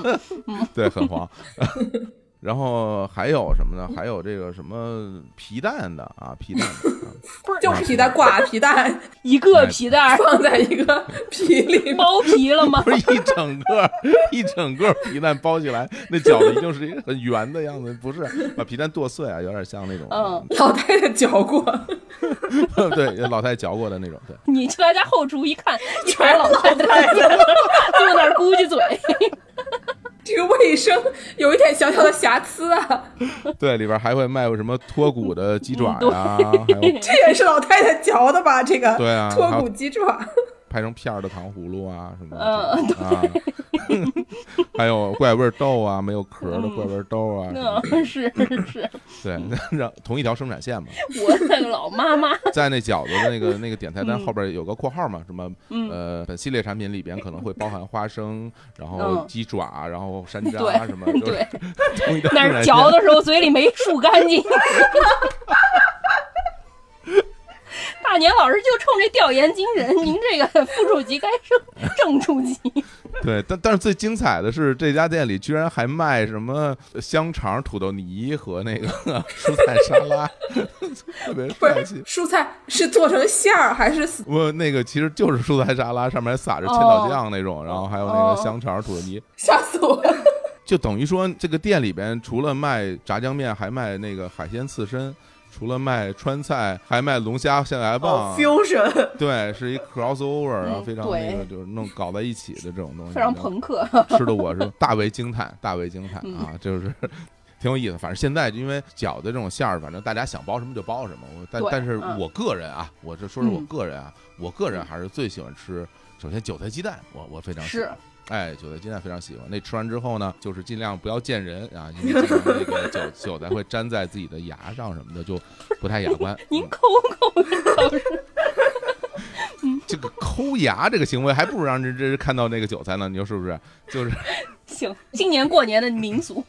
D: 黄，对，很黄。 <laughs> 然后还有什么呢？还有这个什么皮蛋的啊，皮蛋的啊
B: <laughs> 不是
A: 就皮蛋挂皮蛋
B: 一个皮蛋儿
A: 放在一个皮里，
B: 包皮了吗
D: <laughs> 不？是一整个一整个皮蛋包起来，那饺子一定是一个很圆的样子，不是把皮蛋剁碎啊，有点像那种，
B: 嗯，
A: 老太太嚼过，
D: <laughs> 对，老太太嚼过的那种，对，
B: 你去他家后厨一看，一排老太太坐那儿咕叽嘴，
A: 这个卫生有一点小小的瑕疵啊，
D: 对，里边还会卖有什么脱骨的鸡爪
B: 嗯
D: 呀、还有
A: 这也是老太太嚼的吧？这个
D: 对啊
A: 脱
D: 还有
A: 骨鸡爪，
D: 拍成片儿的糖葫芦啊什么
B: 嗯
D: 的啊，还有怪味儿豆啊，没有壳儿的怪味儿豆啊，什么的
B: 嗯，是是，嗯
D: 对， <laughs> 让同一条生产线嘛，
B: 我的个老妈妈，
D: 在那饺子的那个那个点菜
B: 嗯
D: 单后边有个括号嘛，什么呃，本系列产品里边可能会包含花生，然后
B: 嗯
D: 鸡爪，然后山楂
B: 对
D: 什么，都是
B: 对，
D: 同一条
B: 那
D: 生
B: 儿
D: 产
B: 嚼
D: 线。
B: 的时候嘴里没漱干净。大年老师就冲这调研精神，您这个副处级该升正处级，
D: <laughs> 对，但但是最精彩的是这家店里居然还卖什么香肠、土豆泥和那个 <laughs> 蔬菜沙拉，特别
A: 不是
D: 帅气。
A: 蔬菜是做成馅儿还是死
D: 我那个其实就是蔬菜沙拉，上面还撒着千岛酱那种，然后还有那个
B: 哦
D: 香肠、土豆泥，
A: 吓死我了！
D: 就等于说这个店里边除了卖炸酱面，还卖那个海鲜刺身，除了卖川菜，还卖龙虾象牙
C: 哦
A: <laughs>
D: 棒。
C: ，fusion，
D: 对，是一 crossover，然后非常
B: 嗯对
D: 那个就是弄搞在一起的这种东西，
B: 非常朋克。
D: 吃的我是大为惊叹，大为惊叹
B: 嗯
D: 啊，就是。 <laughs> 挺有意思，反正现在因为饺子这种馅儿，反正大家想包什么就包什么。我但
B: 对
D: 但是
B: 嗯
D: 我个人啊，我这说是我
B: 嗯
D: 个人啊，我个人还是最喜欢吃，首先韭菜鸡蛋，我我非常喜欢。哎，韭菜鸡蛋非常喜欢。那吃完之后呢，就是尽量不要见人啊，
B: <laughs>
D: 因为见人那个韭韭菜会粘在自己的牙上什么的，就不太雅观。
B: 您
D: 嗯
B: 抠抠老师，
D: 这个抠牙这个行为，还不如让人真是看到那个韭菜呢，你说是不是？就是
B: 行，今年过年的民俗。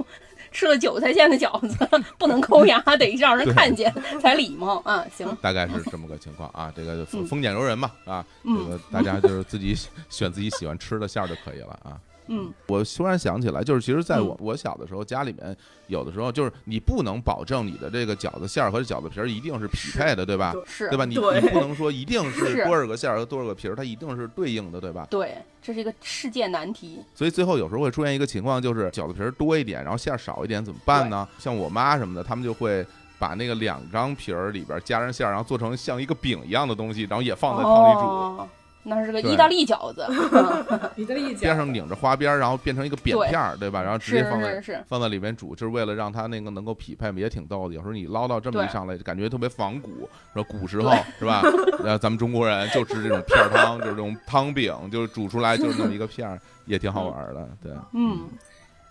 B: 吃了韭菜馅的饺子，不能抠牙，得让人看见才礼貌啊！行，
D: 大概是这么个情况 <laughs> 啊。这个丰
B: 嗯
D: 丰俭由人嘛啊，这
B: 嗯
D: 个大家就是自己选自己喜欢 <laughs> 吃的馅儿就可以了啊。
B: 嗯，
D: 我突然想起来，就是其实在我
B: 嗯
D: 我小的时候，家里面有的时候就是你不能保证你的这个饺子馅儿和饺子皮儿一定是匹配的，对吧？
B: 是
D: 对吧？你
C: 对
D: 你不能说一定是
B: 是
D: 多少个馅儿和多少个皮儿，它一定是对应的，对吧？
B: 对，这是一个世界难题。
D: 所以最后有时候会出现一个情况，就是饺子皮儿多一点，然后馅儿少一点，怎么办呢？像我妈什么的，他们就会。把那个两张皮儿里边儿加上馅儿，然后做成像一个饼一样的东西，然后也放在汤里煮，
B: 哦，那是个
D: 对
B: 意大利饺子，嗯
A: <laughs> 你的意
D: 边
A: 见，
D: 上拧着花边儿，然后变成一个扁片儿，对吧？然后直
B: 是
D: 接放在
B: 啊是是，
D: 放在里面煮，就是为了让它那个能够匹配，也挺逗的。有时候你捞到这么一
B: 对
D: 上来，感觉特别仿古，说古时候是
B: <laughs>
D: 吧？呃，咱们中国人就吃这种片儿汤，就是这种汤饼，就是煮出来就是那么一个片儿，也挺好玩儿的。对，
B: 嗯，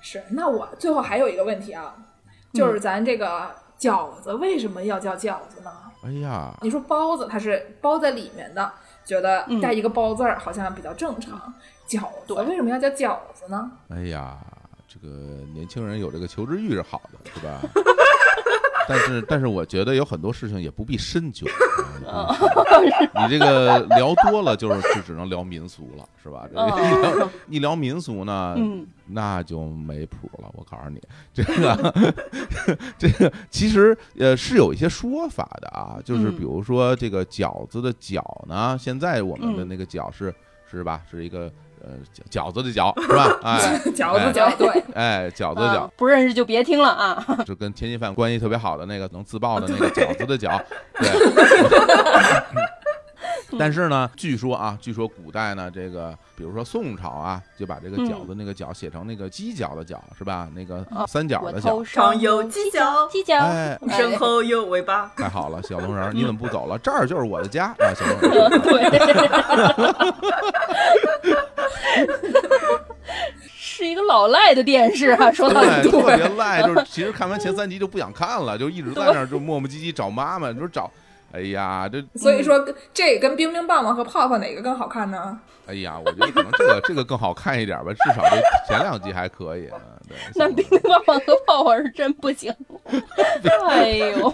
A: 是，那我最后还有一个问题啊，就是咱这个饺子为什么要叫饺子呢？
D: 哎呀，
A: 你说包子它是包在里面的，觉得
B: 嗯
A: 带一个包字儿好像比较正常。饺子
B: 对
A: 为什么要叫饺子呢？ <laughs>
D: 哎呀，这个年轻人有这个求知欲是好的，是吧？ <laughs> 但是，但是我觉得有很多事情也不必深究。
B: 哦
D: 啊也不必深究你这个聊多了，就是就只能聊民俗了，是吧？这个一聊一聊民俗呢，
B: 哦嗯
D: 那就没谱了。我告诉你，这个这个其实呃是有一些说法的啊，就是
B: 嗯
D: 比如说这个饺子的饺呢，现在我们的
B: 嗯
D: 那个饺是是吧，是一个呃饺饺子的饺
B: <laughs>
D: 是吧？哎，
A: 饺子
D: 哎
A: 饺子对，
B: 嗯
D: 哎，饺子的
B: 啊不认识就别听了啊！
D: 饺，就跟天津饭关系特别好的那个能自爆的那个饺子的饺，对。但是呢，据说啊，据说古代呢，这个比如说宋朝啊，就把这个饺子那个饺写成那个犄角的角是吧？那个三角
B: 我
D: 的
B: 头
D: 角。
B: 上
C: 有
B: 犄
C: 犄
B: 角，
C: 角
B: 犄角，
D: 哎
B: <laughs>
C: 身后有尾巴，
D: 太好了，小龙人儿，你怎么不走了？这儿就是我的家啊，小龙
B: <laughs>
D: 人儿。 <laughs>
B: 对，是一个老赖的电视啊！说到
D: 对，
B: 底， <laughs>
D: 特别赖，就是其实看完前三集就不想看了，就一直在那儿就磨磨唧唧找妈妈，你说找，哎呀，这
A: <laughs> 所以说这跟冰冰棒棒和泡泡哪个更好看呢？
D: 哎呀，我觉得可能这个这个更好看一点吧，至少这前两集还可以。嗯对，
B: <laughs> 那
D: 行
B: <laughs> 冰棒棒和泡泡是真不行。哎呦，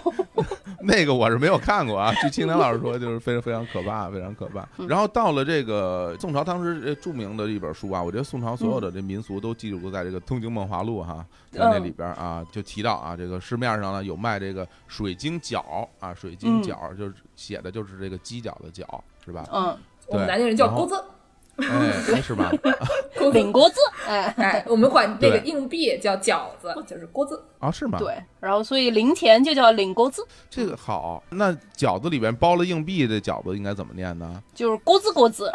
D: 那个我是没有看过啊。据青年老师说，就是非常非常可怕，非常可怕。
B: 嗯
D: 然后到了这个宋朝，当时呃著名的一本书啊，我觉得宋朝所有
B: 嗯
D: 的这民俗都记录在这个《东京梦华录》哈，在那里边啊就提到啊，这个市面上呢有卖这个水晶饺啊，水晶饺就是写的就是这个鸡脚的脚是吧？
B: <laughs> 嗯，
A: 我们
D: 对
A: 南京人叫
D: 然后
A: 钩子，
D: 哎，是吧？
A: 钩
B: 领
A: 子。
B: 锅子，哎，
A: 哎，我们管那个
D: 对
A: 硬币叫饺子，就是锅子。
D: 啊，是
B: <laughs>
D: 吗？
B: 对，然后所以零钱就叫领锅子，
D: 这个好。那饺子里边包了硬币的饺子应该怎么念呢？
B: 就是锅子锅子，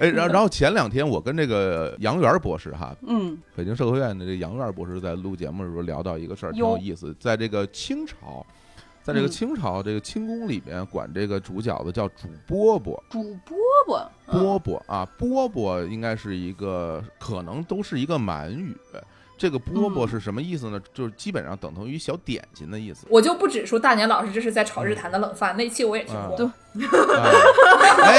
D: 哎，然后然后前两天我跟这个杨元博士哈，
B: 嗯
D: 北京社科院的这杨院博士在录节目的时候聊到一个事儿，挺
B: 哟
D: 有意思。在这个清朝，在这个
B: 嗯
D: 清朝这个清宫里面，管这个煮饺子叫煮饽饽，
B: 煮饽饽，嗯
D: 饽饽啊，饽饽应该是一个，可能都是一个满语。这个饽饽
B: 嗯
D: 是什么意思呢？就是基本上等同于小点心的意
B: <laughs>
D: 思。
A: 我就不指出大年老师这是在炒日坛的冷饭，那期我也听
D: 啊
A: 过
B: 对。
D: 哎哎，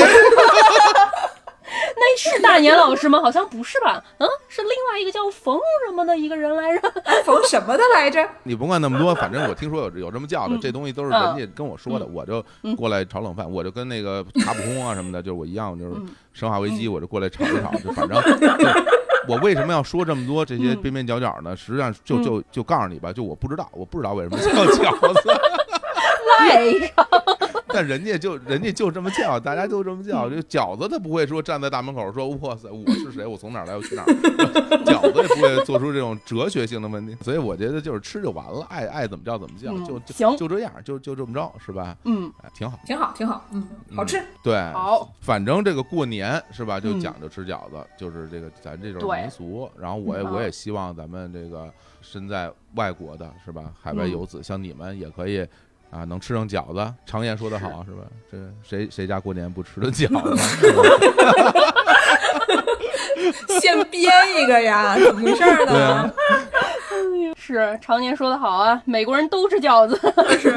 B: 那是大年老师吗？好像不是吧？嗯，是另外一个叫冯什么的一个人来着。
A: 缝什么的来着？
D: 你甭管那么多，反正我听说有有这么叫的，这东西都是人家跟我说的，我就过来炒冷饭，我就跟那个卡普空啊什么的，就是我一样，就是生化危机，我就过来炒一炒，就反正。对我为什么要说这么多这些边边角角呢？实际上就就就告诉你吧，就我不知道，我不知道为什么叫 <laughs> 饺子，
B: 赖上， <laughs>
D: 但人家就人家就这么叫，大家就这么
B: 嗯
D: 叫，就饺子他不会说站在大门
B: <laughs>
D: 口说哇塞我是谁，我从哪儿来，我去哪儿， <laughs> 饺子也不会做出这种哲学性的
B: <laughs>
D: 问题，所以我觉得就是吃就完了，爱爱怎么叫怎么叫，
B: 嗯
D: 就就
B: 行
D: 就这样，就就这么着，是吧？
B: 嗯，
D: 哎挺好，
A: 挺好，挺好，嗯，好吃。
D: 对，
B: 好，
D: 反正这个过年是吧，就
B: 嗯
D: 讲究吃饺子，就是这个咱这种
B: 对
D: 民俗。然后我也
B: 嗯
D: 我也希望咱们这个身在外国的是吧，海外
B: 嗯
D: 游子像你们也可以。啊，能吃上饺子，常言说得好是吧？这谁谁家过年不吃顿饺
B: <laughs>
D: 子是吧？
A: 现编一个呀，怎么回事儿
D: 对啊
A: 呢？
B: 是常年说的好啊，美国人都吃饺子。
A: 是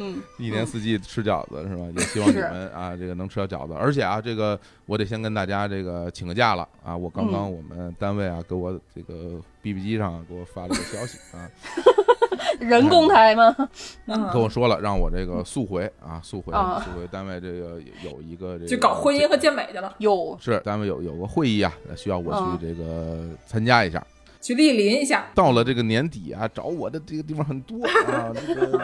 B: 嗯
D: 一年四季吃饺子是吧？也希望你
B: 是
D: 们啊，这个能吃到饺子。而且啊，这个我得先跟大家这个请个假了啊！我刚
B: 嗯
D: 刚我们单位啊给我这个 BB 机上啊给我发了个消息啊，
B: 人工台吗？
D: 跟我
A: 嗯，
D: 说了让我这个速回啊，速回
B: 啊
D: 速回单位这个有一个这个
A: 就搞婚姻和健美去了，
B: 有，
D: 是单位有有个会议啊，需要我
B: 啊
D: 去这个参加一下。
B: 嗯
A: 去莅临一下。
D: 到了这个年底啊，找我的这个地方很
B: <laughs>
D: 多啊，这个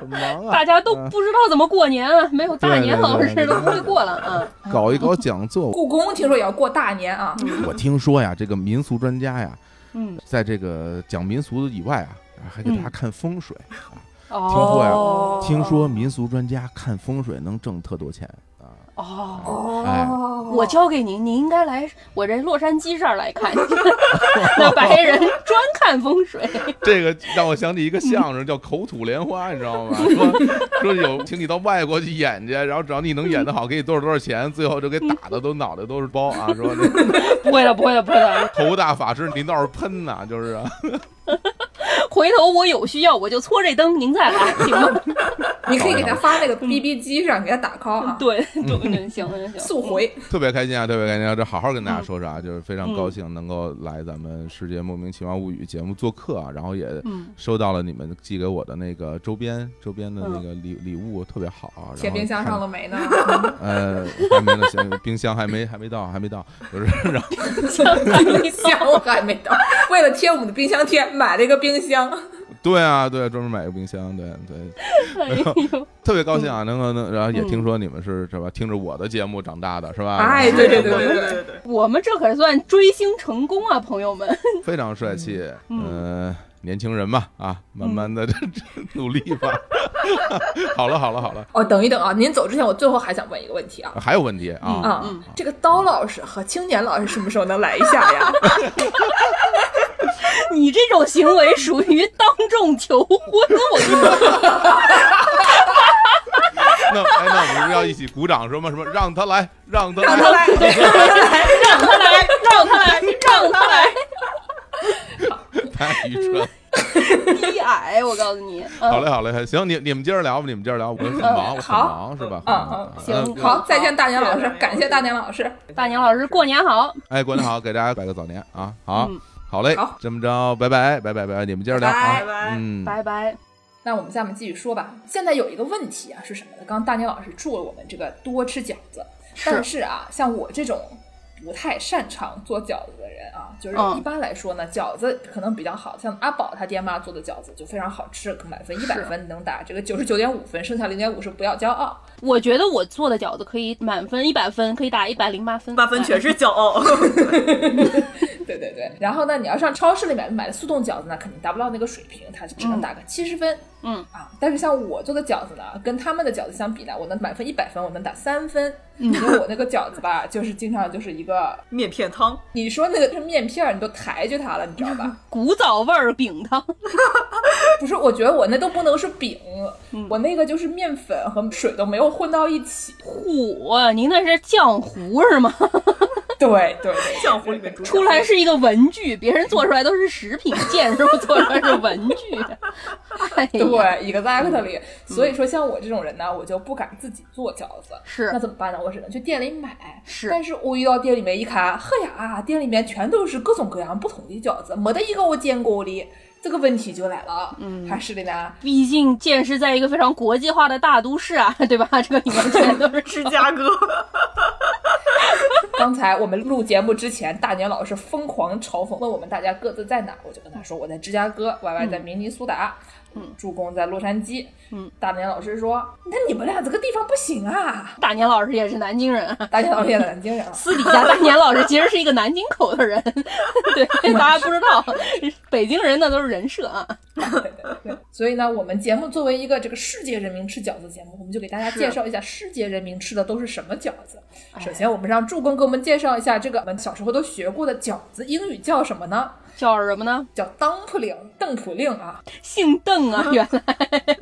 D: 很忙啊
B: 大。家都不知道怎么过年啊，没有大年老
D: 对对
B: 师
D: 对
B: 都不会过了啊。
A: 嗯
D: 搞一搞讲座，
A: 故宫听说也要过大年啊，
D: 我听说呀，这个民俗专家呀，
B: 嗯，
D: 在这个讲民俗以外啊，还给大家看风水。
B: 哦，
D: 听说民俗专家看风水能挣特多钱啊！
B: 哦。
D: 哎，
B: 我交给您，您应该来我这洛杉矶这儿来 <laughs> 看。那白人专看风水，
D: 这个让我想起一个相声，叫《口吐莲花》，你知道吗？说说有，请你到外国去演去，然后只要你能演得好，给你多少多少钱，最后就给打的都脑袋都是包啊！说这
B: 不会的，不会的，不会的。
D: 头大法师，您倒是喷呐、就是 <laughs> 啊、
B: 回头我有需要，我就搓这灯，您再来，行 <laughs> 吗？
A: 你可以
D: 嗯
A: 给他发那个 BB 机上，给他打 call 啊，
B: 对对对，行行行，
A: 速回。
D: 特别开心啊，特别开心啊！这好好跟大家说说啊，就是非常高兴能够来咱们《世界莫名其妙物语》节目做客啊，然后也
B: 嗯
D: 收到了你们寄给我的那个周边周边的那个礼礼物，特别好啊。然后
A: 嗯填冰箱
D: 看
A: 上了没呢？
D: 呃，还没呢，行，冰箱还没还没到，还没到，就是 <laughs> 然后
A: 冰箱我还没到，为了贴我们的冰箱贴，买了一个冰箱。
D: 对啊，对，专门买个冰箱，对对，
B: 哎呦，
D: 特别高兴
A: 嗯
D: 啊，能够能，然后也听说你们是是吧，听着我的节目长大的是吧？
A: 哎，对对对对对，
C: 对对，
B: 我们这可算追星成功啊，朋友们！ <laughs>
D: 非常帅气，嗯。年轻人嘛，啊，慢慢的努力
A: <laughs>
D: 吧。好了，好了，好了，
A: 哦，等一等啊，您走之前，我最后还想问一个问题啊。
D: 还有问题啊？
A: 啊，这个刀老师和青年老师什么时候能来一下
D: <laughs>
A: 呀？
B: 你这种行为属于当众求婚，我跟你说，
D: 那哎，那我们是要一起鼓掌说吗？什么让他来，让他
A: 让
D: 来
A: 他，来，
D: <laughs>
B: 让他来，让他来，让他 <laughs> 来，
D: 太愚蠢了。
B: 低矮，哎我告诉你，嗯
D: 好嘞，好嘞，行，你你们接着聊吧，你们接着聊，我很忙，我很
A: 呃好
D: 忙，是吧？
A: 嗯嗯
D: 很忙
B: 行
D: 嗯
A: 好，再见，大年老师
C: 谢谢，
A: 感谢大年老师。
B: 大年老师过年好，
D: 嗯 <laughs> 哎，过年好，给大家拜个早年啊！好
B: 嗯，
D: 好嘞
A: 好，
D: 这么着，拜拜，拜拜，拜拜，你们接着聊
A: 拜
D: 啊
C: 拜，拜
D: 嗯，
B: 拜拜。
A: 那我们下面继续说吧。现在有一个问题啊，是什么呢？刚刚大年老师祝了我们这个多吃饺子，
B: 是
A: 但是啊，像我这种不太擅长做饺子的人啊，就是
B: 嗯
A: 一般来说呢，饺子可能比较好，像阿宝他爹妈做的饺子就非常好吃，满分一百分能打这个九十九点五分，剩下零点五是不要骄傲。 <laughs>
B: 我觉得我做的饺子可以满分一百分，可以打一百零八分，
C: 八分全是骄傲。
A: 对对对。然后呢，你要上超市里买买的速冻饺子呢，肯定达不到那个水平，它只能打个七十分。
B: 嗯
A: 啊，但是像我做的饺子呢，跟他们的饺子相比呢，我能满分一百分，我能打三分。
B: 嗯
A: 因为我那个饺子吧，就是经常就是一个，
C: <laughs> 面片汤，
A: 你说那个是面片儿，你都抬举它了，你知道吧？
B: 古早味儿饼汤。
A: 不是，我觉得我那都不能是饼，
B: 嗯
A: 我那个就是面粉和水都没有混到一起。
B: 虎，您那是浆糊是
C: <laughs>
B: 吗？
A: 对对
B: 哎
A: 对，
C: 浆糊里面煮
B: 出来是一个文具，别人做出来都是食品，见识我做出来是文具。哎呀，
A: 对，exactly、所
B: 嗯
A: 以说，像我这种人呢，我就不敢自己做饺子。
B: 是
A: 那怎么办呢？我只能去店里买。
B: 是
A: 但是我一到店里面一看，呵呀，店里面全都是各种各样不同的饺子，没得一个我见过的。这个问题就来了，嗯，还是的呢，
B: 毕竟见识在一个非常国际化的大都市啊， <laughs> 对吧？这个里面全都是
C: 芝加哥，
A: 刚才我们录节目之前，大年老师疯狂嘲讽，问我们大家各自在哪儿，我就跟他说我在芝加哥，Y Y 在明尼苏达，嗯，助攻在洛杉矶，
B: 嗯，
A: 大年老师说，那你们俩这个地方不行啊，
B: <laughs> 大年老师也是南京人
C: <laughs>
B: 啊。
A: 大年老师也在南京
B: <laughs>
A: 人啊，
B: 私底下，大年老师其实是一个南京口的人， <laughs> 对，大家不知道， <laughs> 北京人那都是人设啊。
A: 所以呢，我们节目作为一个这个世界人民吃饺子节目，我们就给大家
B: 是哎
A: 介绍一下世界人民吃的都是什么饺子。首先，我们让助攻给我们介绍一下这个我们小时候都学过的饺子，英语叫什么呢？
B: 叫什么呢？
A: 叫 dumpling，邓普令啊。
B: 姓邓啊，原来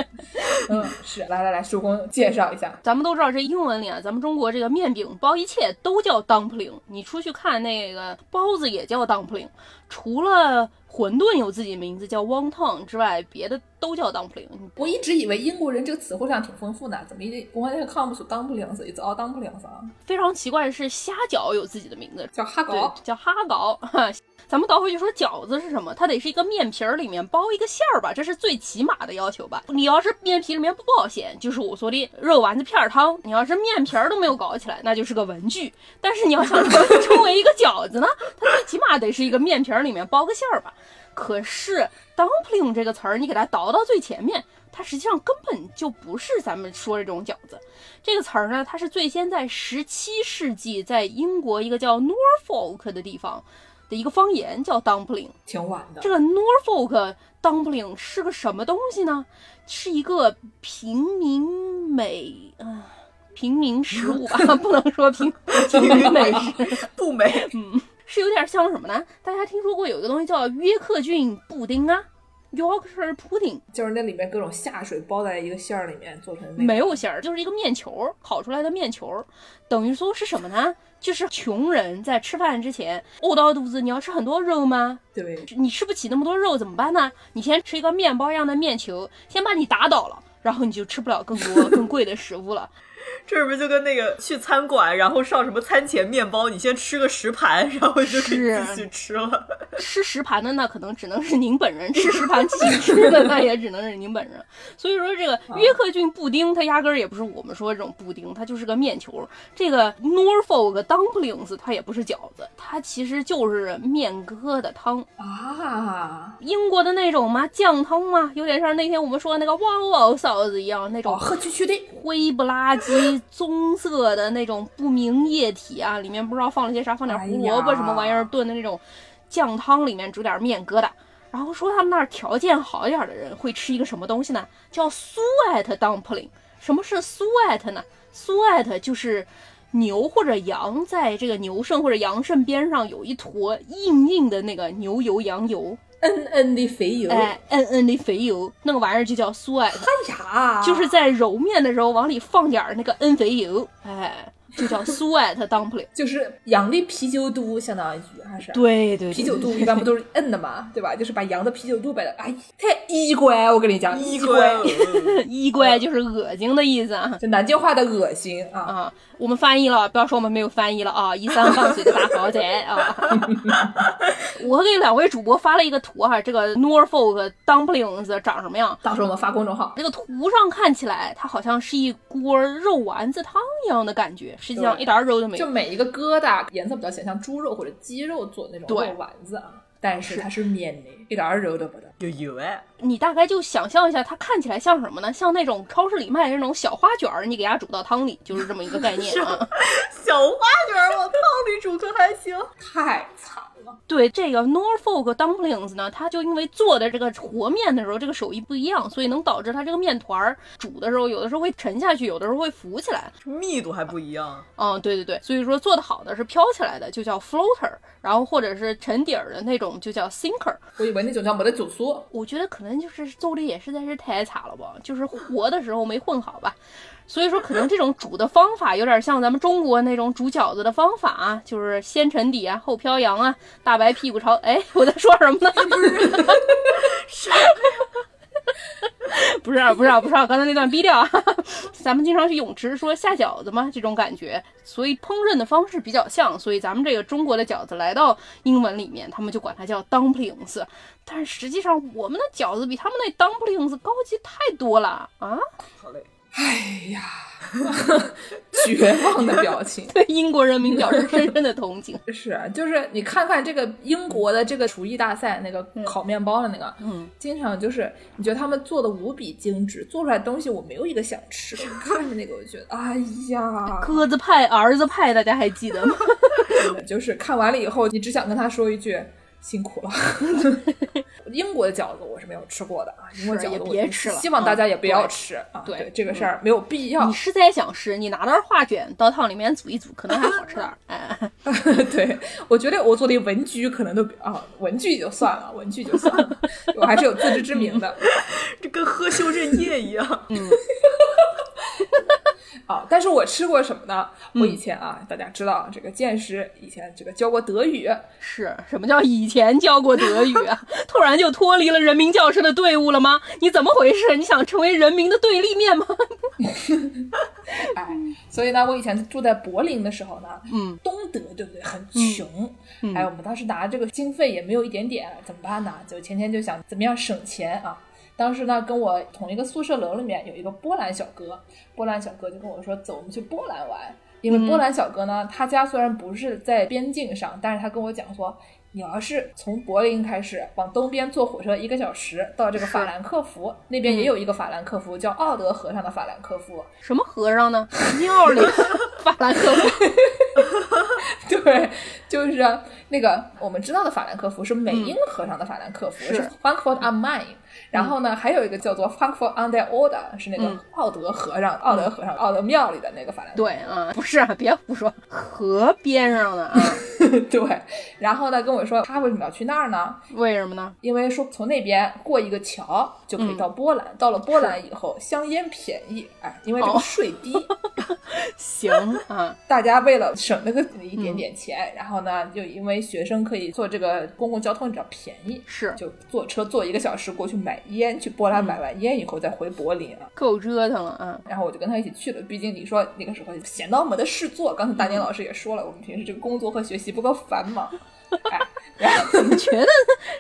A: 嗯，是，来来来，助攻介绍一下。
B: 咱们都知道，这英文里啊，咱们中国这个面饼包一切都叫 dumpling。你出去看那个包子也叫 dumpling，除了馄饨有自己名字叫 wonton 之外，别的都叫 dumpling。
A: 我一直以为英国人这个词汇量挺丰富的，怎么一我好像看不出 dumplings，it's all dumplings 啊，
B: 非常奇怪的是，虾饺有自己的名字，
A: 叫哈
B: 对
A: 搞。，
B: 叫哈糕。 <laughs> 咱们倒回去说饺子是什么，它得是一个面皮儿里面包一个馅儿吧，这是最起码的要求吧。你要是面皮里面不包馅，就是我说的肉丸子片儿汤；你要是面皮儿都没有搞起来，那就是个文具。但是你要想成成为一个饺子呢，它最起码得是一个面皮儿里面包个馅儿吧。可是 dumpling 这个词儿，你给它倒到最前面，它实际上根本就不是咱们说这种饺子。这个词儿呢，它是最先在十七世纪在英国一个叫 Norfolk 的地方的一个方言叫 dumpling。
A: 挺晚的
B: 这，个 Norfolk dumpling 是个什么东西呢？是一个平民美啊、平民食物吧， <laughs> 不能说平平民美食。
C: 不美， <laughs>
B: 是有点像什么呢？大家听说过有一个东西叫约克郡布丁啊，Yorkshire pudding，
A: 就是那里面各种下水包在一个馅儿里面做成那个
B: 没有馅儿，就是一个面球儿烤出来的面球儿，等于说是什么呢？就是穷人在吃饭之前饿到肚子，你要吃很多肉吗？
A: 对，
B: 你吃不起那么多肉怎么办呢？你先吃一个面包一样的面球，先把你打倒了，然后你就吃不了更多更贵的食物了。
C: 这是不是就跟那个去餐馆，然后上什么餐前面包，你先吃个十盘，然后就可以继续吃了。
B: 吃十盘的那可能只能是您本人，吃十盘继续吃的 <laughs> 那也只能是您本人。所以说这个约克郡布丁，它压根儿也不是我们说这种布丁，它就是个面球儿。这个 Norfolk dumplings 它也不是饺子，它其实就是面疙瘩汤，
A: 啊，
B: 英国的那种嘛酱汤嘛，有点像那天我们说的那个哇哇臊子一样那
A: 哦，
B: 种
A: 黑黢黢的，
B: 灰不拉几、棕色的那种不明液体啊，里面不知道放了些啥，放点胡萝卜
A: 哎呀
B: 什么玩意儿炖的那种酱汤，里面煮点面疙瘩。然后说他们那儿条件好一点的人会吃一个什么东西呢？叫 suet dumpling。什么是 suet 呢？suet 就是牛或者羊在这个牛肾或者羊肾边上有一坨硬硬的那个牛油、羊油，
A: 嗯嗯的肥油，哎
B: 哎，摁摁的肥油，那个玩意儿就叫 suet。
A: 呀，
B: 就是在揉面的时候往里放点儿那个恩肥油，哎，就叫 suet dumpling。
A: 就是羊的啤酒肚，相当于还是
B: 对对
A: 啤酒肚一般不都是摁的嘛，对吧？就是把羊的啤酒肚摆的，哎，太衣乖，我跟你讲，衣乖，
C: 滚！
B: 衣怪就是恶心的意思啊。
A: 就南京话的恶心啊。
B: 啊，我们翻译了，不要说我们没有翻译了啊！一三放水的大豪宅啊，我给两位主播发了一个图哈、这个 Norfolk dumplings 长什么样？
A: 到时候我们发公众号。
B: 这个图上看起来，它好像是一锅肉丸子汤一样的感觉，实际上
A: 对
B: 一点儿肉都没有
A: 就。每一个疙瘩颜色比较显像猪肉或者鸡肉做的那种
B: 对
A: 肉丸子啊，但是它是面的，一点儿肉都不得。
C: <laughs> 有有哎，
B: 你大概就想象一下，它看起来像什么呢？像那种超市里卖的那种小花卷儿，你给它煮到汤里，就是这么一个概念啊。 <laughs>
C: 小花卷儿往汤里煮可还行？
A: 太惨了，
B: 对这个 Norfolk dumplings 呢，它就因为做的这个和面的时候，这个手艺不一样，所以能导致它这个面团儿煮的时候，有的时候会沉下去，有的时候会浮起来。
C: 密度还不一样，
B: 嗯，对对对，所以说做的好的是飘起来的，就叫 floater，然后或者是沉底儿的那种就叫 sinker。
A: 我以为那种叫没得酒酥，
B: 我觉得可能就是奏力也实在是太惨了吧，就是活的时候没混好吧。所以说，可能这种煮的方法有点像咱们中国那种煮饺子的方法啊，就是先沉底啊，后飘扬啊，大白屁股朝……哎，我在说什么呢？ <laughs> 不是啊，不是啊，不是啊，刚才那段逼掉啊。咱们经常去泳池说下饺子嘛，这种感觉，所以烹饪的方式比较像，所以咱们这个中国的饺子来到英文里面，他们就管它叫 dumplings，但是实际上我们的饺子比他们那 dumplings 高级太多了啊！
C: 好嘞。
A: 哎呀， <laughs> 绝望的表情。
B: <laughs> 对英国人民表示深深的同情。
A: <laughs> 是啊，就是你看看这个英国的这个厨艺大赛，那个烤面包的那个，
B: 嗯，
A: 经常就是你觉得他们做的无比精致，做出来的东西我没有一个想吃的。看着那个我就觉得，哎呀，
B: <laughs> 鸽子派、儿子派，大家还记 <laughs> 得吗？
A: 真的就是看完了以后，你只想跟他说一句。辛苦
B: <laughs>
A: 了，英国的饺子我是没有吃过的啊，英国
B: 是
A: 饺
B: 也
A: 子我
B: 别吃了
A: 希望大家也不要
B: 嗯对
A: 吃啊。
B: 对
A: 这个事儿没有必要
B: 你。是在想吃，你拿袋画卷到汤里面煮一煮，可能还好吃 <laughs> 点儿。哎，
A: 对我觉得我做的文具可能都比啊，文具就算了，文具就算了， <laughs> 我还是有自知之明的。
B: 嗯
C: 这跟喝修正液一样，
A: 啊，但是我吃过什么呢？我
B: 嗯
A: 以前啊，大家知道这个见识，以前这个教过德语，
B: 是什么叫以前教过德语啊？ <laughs> 突然就脱离了人民教师的队伍了吗？你怎么回事？你想成为人民的对立面吗？ <laughs>
A: 哎，所以呢，我以前住在柏林的时候呢，
B: 嗯，
A: 东德对不对？很穷，哎，我们当时拿这个经费也没有一点点，怎么办呢？就天天就想怎么样省钱啊。当时呢，跟我同一个宿舍楼里面有一个波兰小哥，波兰小哥就跟我说：“走，我们去波兰玩。”因为波兰小哥呢，他家虽然不是在边境上，但是他跟我讲说，你要是从柏林开始往东边坐火车一个小时到这个法兰克福，那边也有一个法兰克福，叫奥德河上的法兰克福。
B: 什么和尚呢？庙里法兰克福。
A: <laughs> 对，就是啊那个我们知道的法兰克福是美英和尚的法兰克福，
B: 嗯是
A: 是 Frankfurt am Main。然后呢，还有一个叫做 Frankfurt an der Oder，是那个
B: 嗯
A: 奥德和尚、奥德和尚、奥德庙里的那个法兰克
B: <laughs> 对啊，不是啊，别胡说，河边上的啊，
A: 福。对，然后呢，跟我说他为什么要去那儿呢？
B: 为什么呢？
A: 因为说从那边过一个桥就
B: 嗯
A: 可以到波兰，到了波兰以后香烟便宜，哎，因为这
B: 哦
A: 个税
B: <laughs>
A: 低，
B: 行啊，
A: 大家为了省那个一
B: 嗯
A: 点点钱，然后呢，就因为学生可以坐这个公共交通比较便宜，
B: 是
A: 就坐车坐一个小时过去买烟，去波兰买完烟以后再回柏林啊。
B: 够折腾了啊。
A: 然后我就跟他一起去了，毕竟你说那个时候闲到没得事做，刚才大年老师也说了，我们平时这个工作和学习不够繁忙，哎，然后
B: 我觉得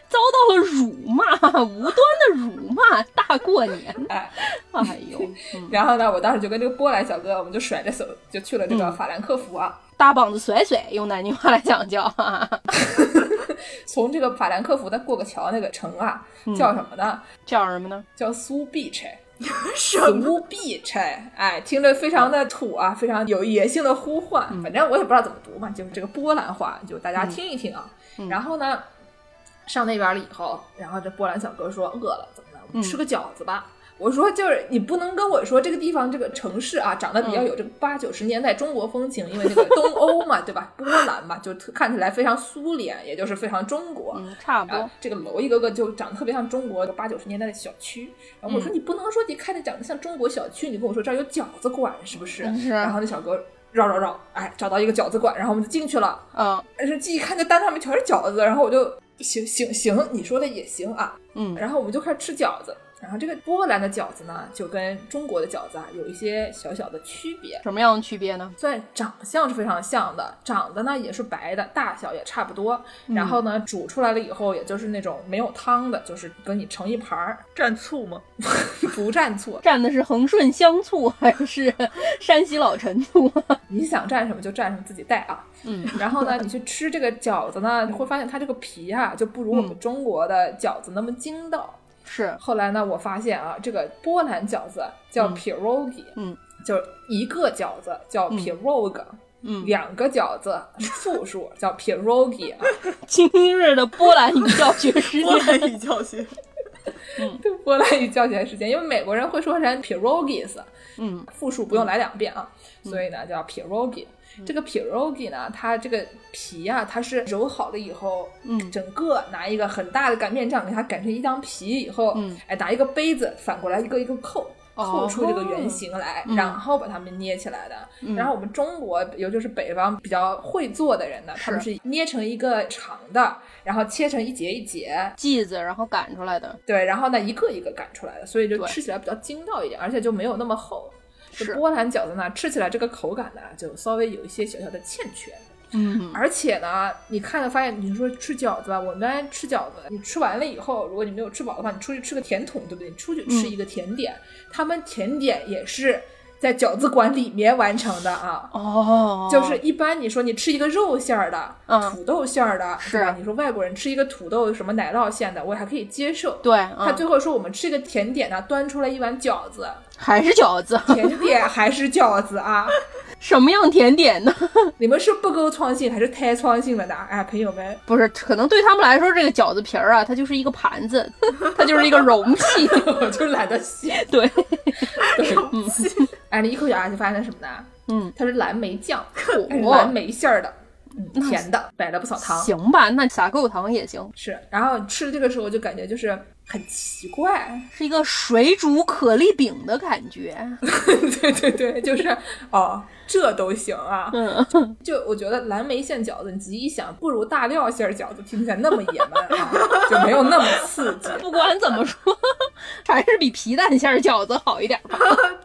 B: 遭到了辱骂，无端的辱骂，大过年的，
A: 哎，
B: 哎呦，嗯
A: 然后呢，我当时就跟这个波兰小哥，我们就甩着手就去了这个
B: 嗯
A: 法兰克福啊。
B: 大膀子甩甩，用南京话来讲叫，啊
A: 从这个法兰克福再过个桥，那个城啊叫什么呢？
B: <laughs> 叫什么呢？
A: 叫苏必柴。
C: <laughs> 什么嗯
A: 苏必柴，哎，听着非常的土啊，非常有野性的呼唤。反正我也不知道怎么读嘛，就是这个波兰话，就大家听一听啊。
B: 嗯
A: 然后呢，上那边了以后，然后这波兰小哥说饿了，怎么了？我
C: 嗯
A: 们吃个饺子吧。我说就是你不能跟我说这个地方这个城市啊长得
C: 嗯
A: 比较有这个八九十年代中国风情，因为这个东欧嘛，对吧？波兰嘛，就特看起来非常苏联，也就是非常中国。
B: 嗯，差不
A: 啊
B: 多，，
A: 这个楼一个个就长得特别像中国八九十年代的小区。然后我说你不能说你看着长得像中国小区，你跟我说这儿有饺子馆是不是？
B: 是
A: 然后那小哥绕绕绕，哎，找到一个饺子馆，然后我们就进去了。
B: 嗯
A: 但是这一看这单上面全是饺子，然后我就行行行，你说的也行啊。
B: 嗯
A: 然后我们就开始吃饺子。然后这个波兰的饺子呢，就跟中国的饺子啊有一些小小的区别。
B: 什么样的区别呢？
A: 虽然长相是非常像的，长得呢也是白的，大小也差不多。
B: 嗯
A: 然后呢，煮出来了以后，也就是那种没有汤的，就是跟你盛一盘儿， <laughs>
C: 蘸醋吗？
A: 不蘸醋，
B: 蘸的是恒顺香醋还是山西老陈醋？
A: 你想蘸什么就蘸什么，自己带啊。
B: 嗯，
A: 然后呢，你去吃这个饺子呢，你会发现它这个皮啊，就不如我
B: 嗯
A: 们中国的饺子那么筋道。
B: 是
A: 后来呢，我发现啊，这个波兰饺子叫
B: 嗯
A: pierogi，
B: 嗯，
A: 就是一个饺子叫 pierog，、
B: 嗯，
A: 两个饺
B: <laughs>
A: 子是复数叫 pierogi 啊。
B: 今日的波兰语教学时
C: 波
B: 间，
C: 兰语教 <laughs> 学，
A: 对 <laughs> 波兰语教学时间，因为美国人会说成 pierogies，
B: <laughs> 嗯，
A: 复数不用来两遍啊，所以呢叫 pierogi。这
B: 嗯
A: 个 pierogi 呢，它这个皮啊，它是揉好了以后，
B: 嗯
A: 整个拿一个很大的擀面杖给它擀成一张皮以后，
B: 嗯
A: 哎，拿一个杯子反过来一个一个扣。
B: 哦
A: 扣出这个圆形来，
B: 嗯
A: 然后把它们捏起来的。
B: 嗯
A: 然后我们中国，尤其是北方比较会做的人呢，他们
B: 是
A: 是捏成一个长的，然后切成一节一节，
B: 剂子然后擀出来的，
A: 对，然后呢一个一个擀出来的，所以就
B: 对
A: 吃起来比较筋道一点，而且就没有那么厚。就是波兰饺子呢，吃起来这个口感呢，就稍微有一些小小的欠缺。
B: 嗯，
A: 而且呢，你看了发现，你说吃饺子吧，我们刚才吃饺子，你吃完了以后，如果你没有吃饱的话，你出去吃个甜筒，对不对？你出去
B: 嗯
A: 吃一个甜点，他们甜点也是在饺子馆里面完成的啊。
B: 哦，
A: 就是一般你说你吃一个肉馅儿的、
B: 嗯
A: 土豆馅儿的，
B: 是
A: 对吧？你说外国人吃一个土豆什么奶酪馅的，我还可以接受。
B: 对，
A: 他
B: 嗯，
A: 最后说我们吃一个甜点呢，端出来一碗饺子， <laughs>
B: 还是饺子， <laughs>
A: 甜点还是饺子啊？
B: 什么样甜点呢？
A: 你们是不够创新还是太创新了呢？哎，朋友们， <laughs>
B: 不是，可能对他们来说，这个饺子皮儿啊，它就是一个盘子，它就是一个容器。 <laughs>
A: 我就懒得写。
B: 对，
A: 哎，你一口咬下去发现是什么呢？
B: 嗯，
A: 它是蓝莓酱，
B: <laughs>
A: 它是蓝
B: 我
A: 莓馅儿的，嗯，甜的，摆了不少糖。
B: 行吧，那撒够糖也行，
A: 是，然后吃的这个时候就感觉就是很奇怪，
B: 是一个水煮可丽饼的感觉。
A: <laughs> 对对对，就是哦，这都行啊。
B: 嗯，
A: 就我觉得蓝莓馅饺子，你仔细一想，不如大料馅饺子听起来那么野蛮啊， <laughs> 就没有那么刺激。
B: 不管怎么说，还是比皮蛋馅儿饺子好一点吧。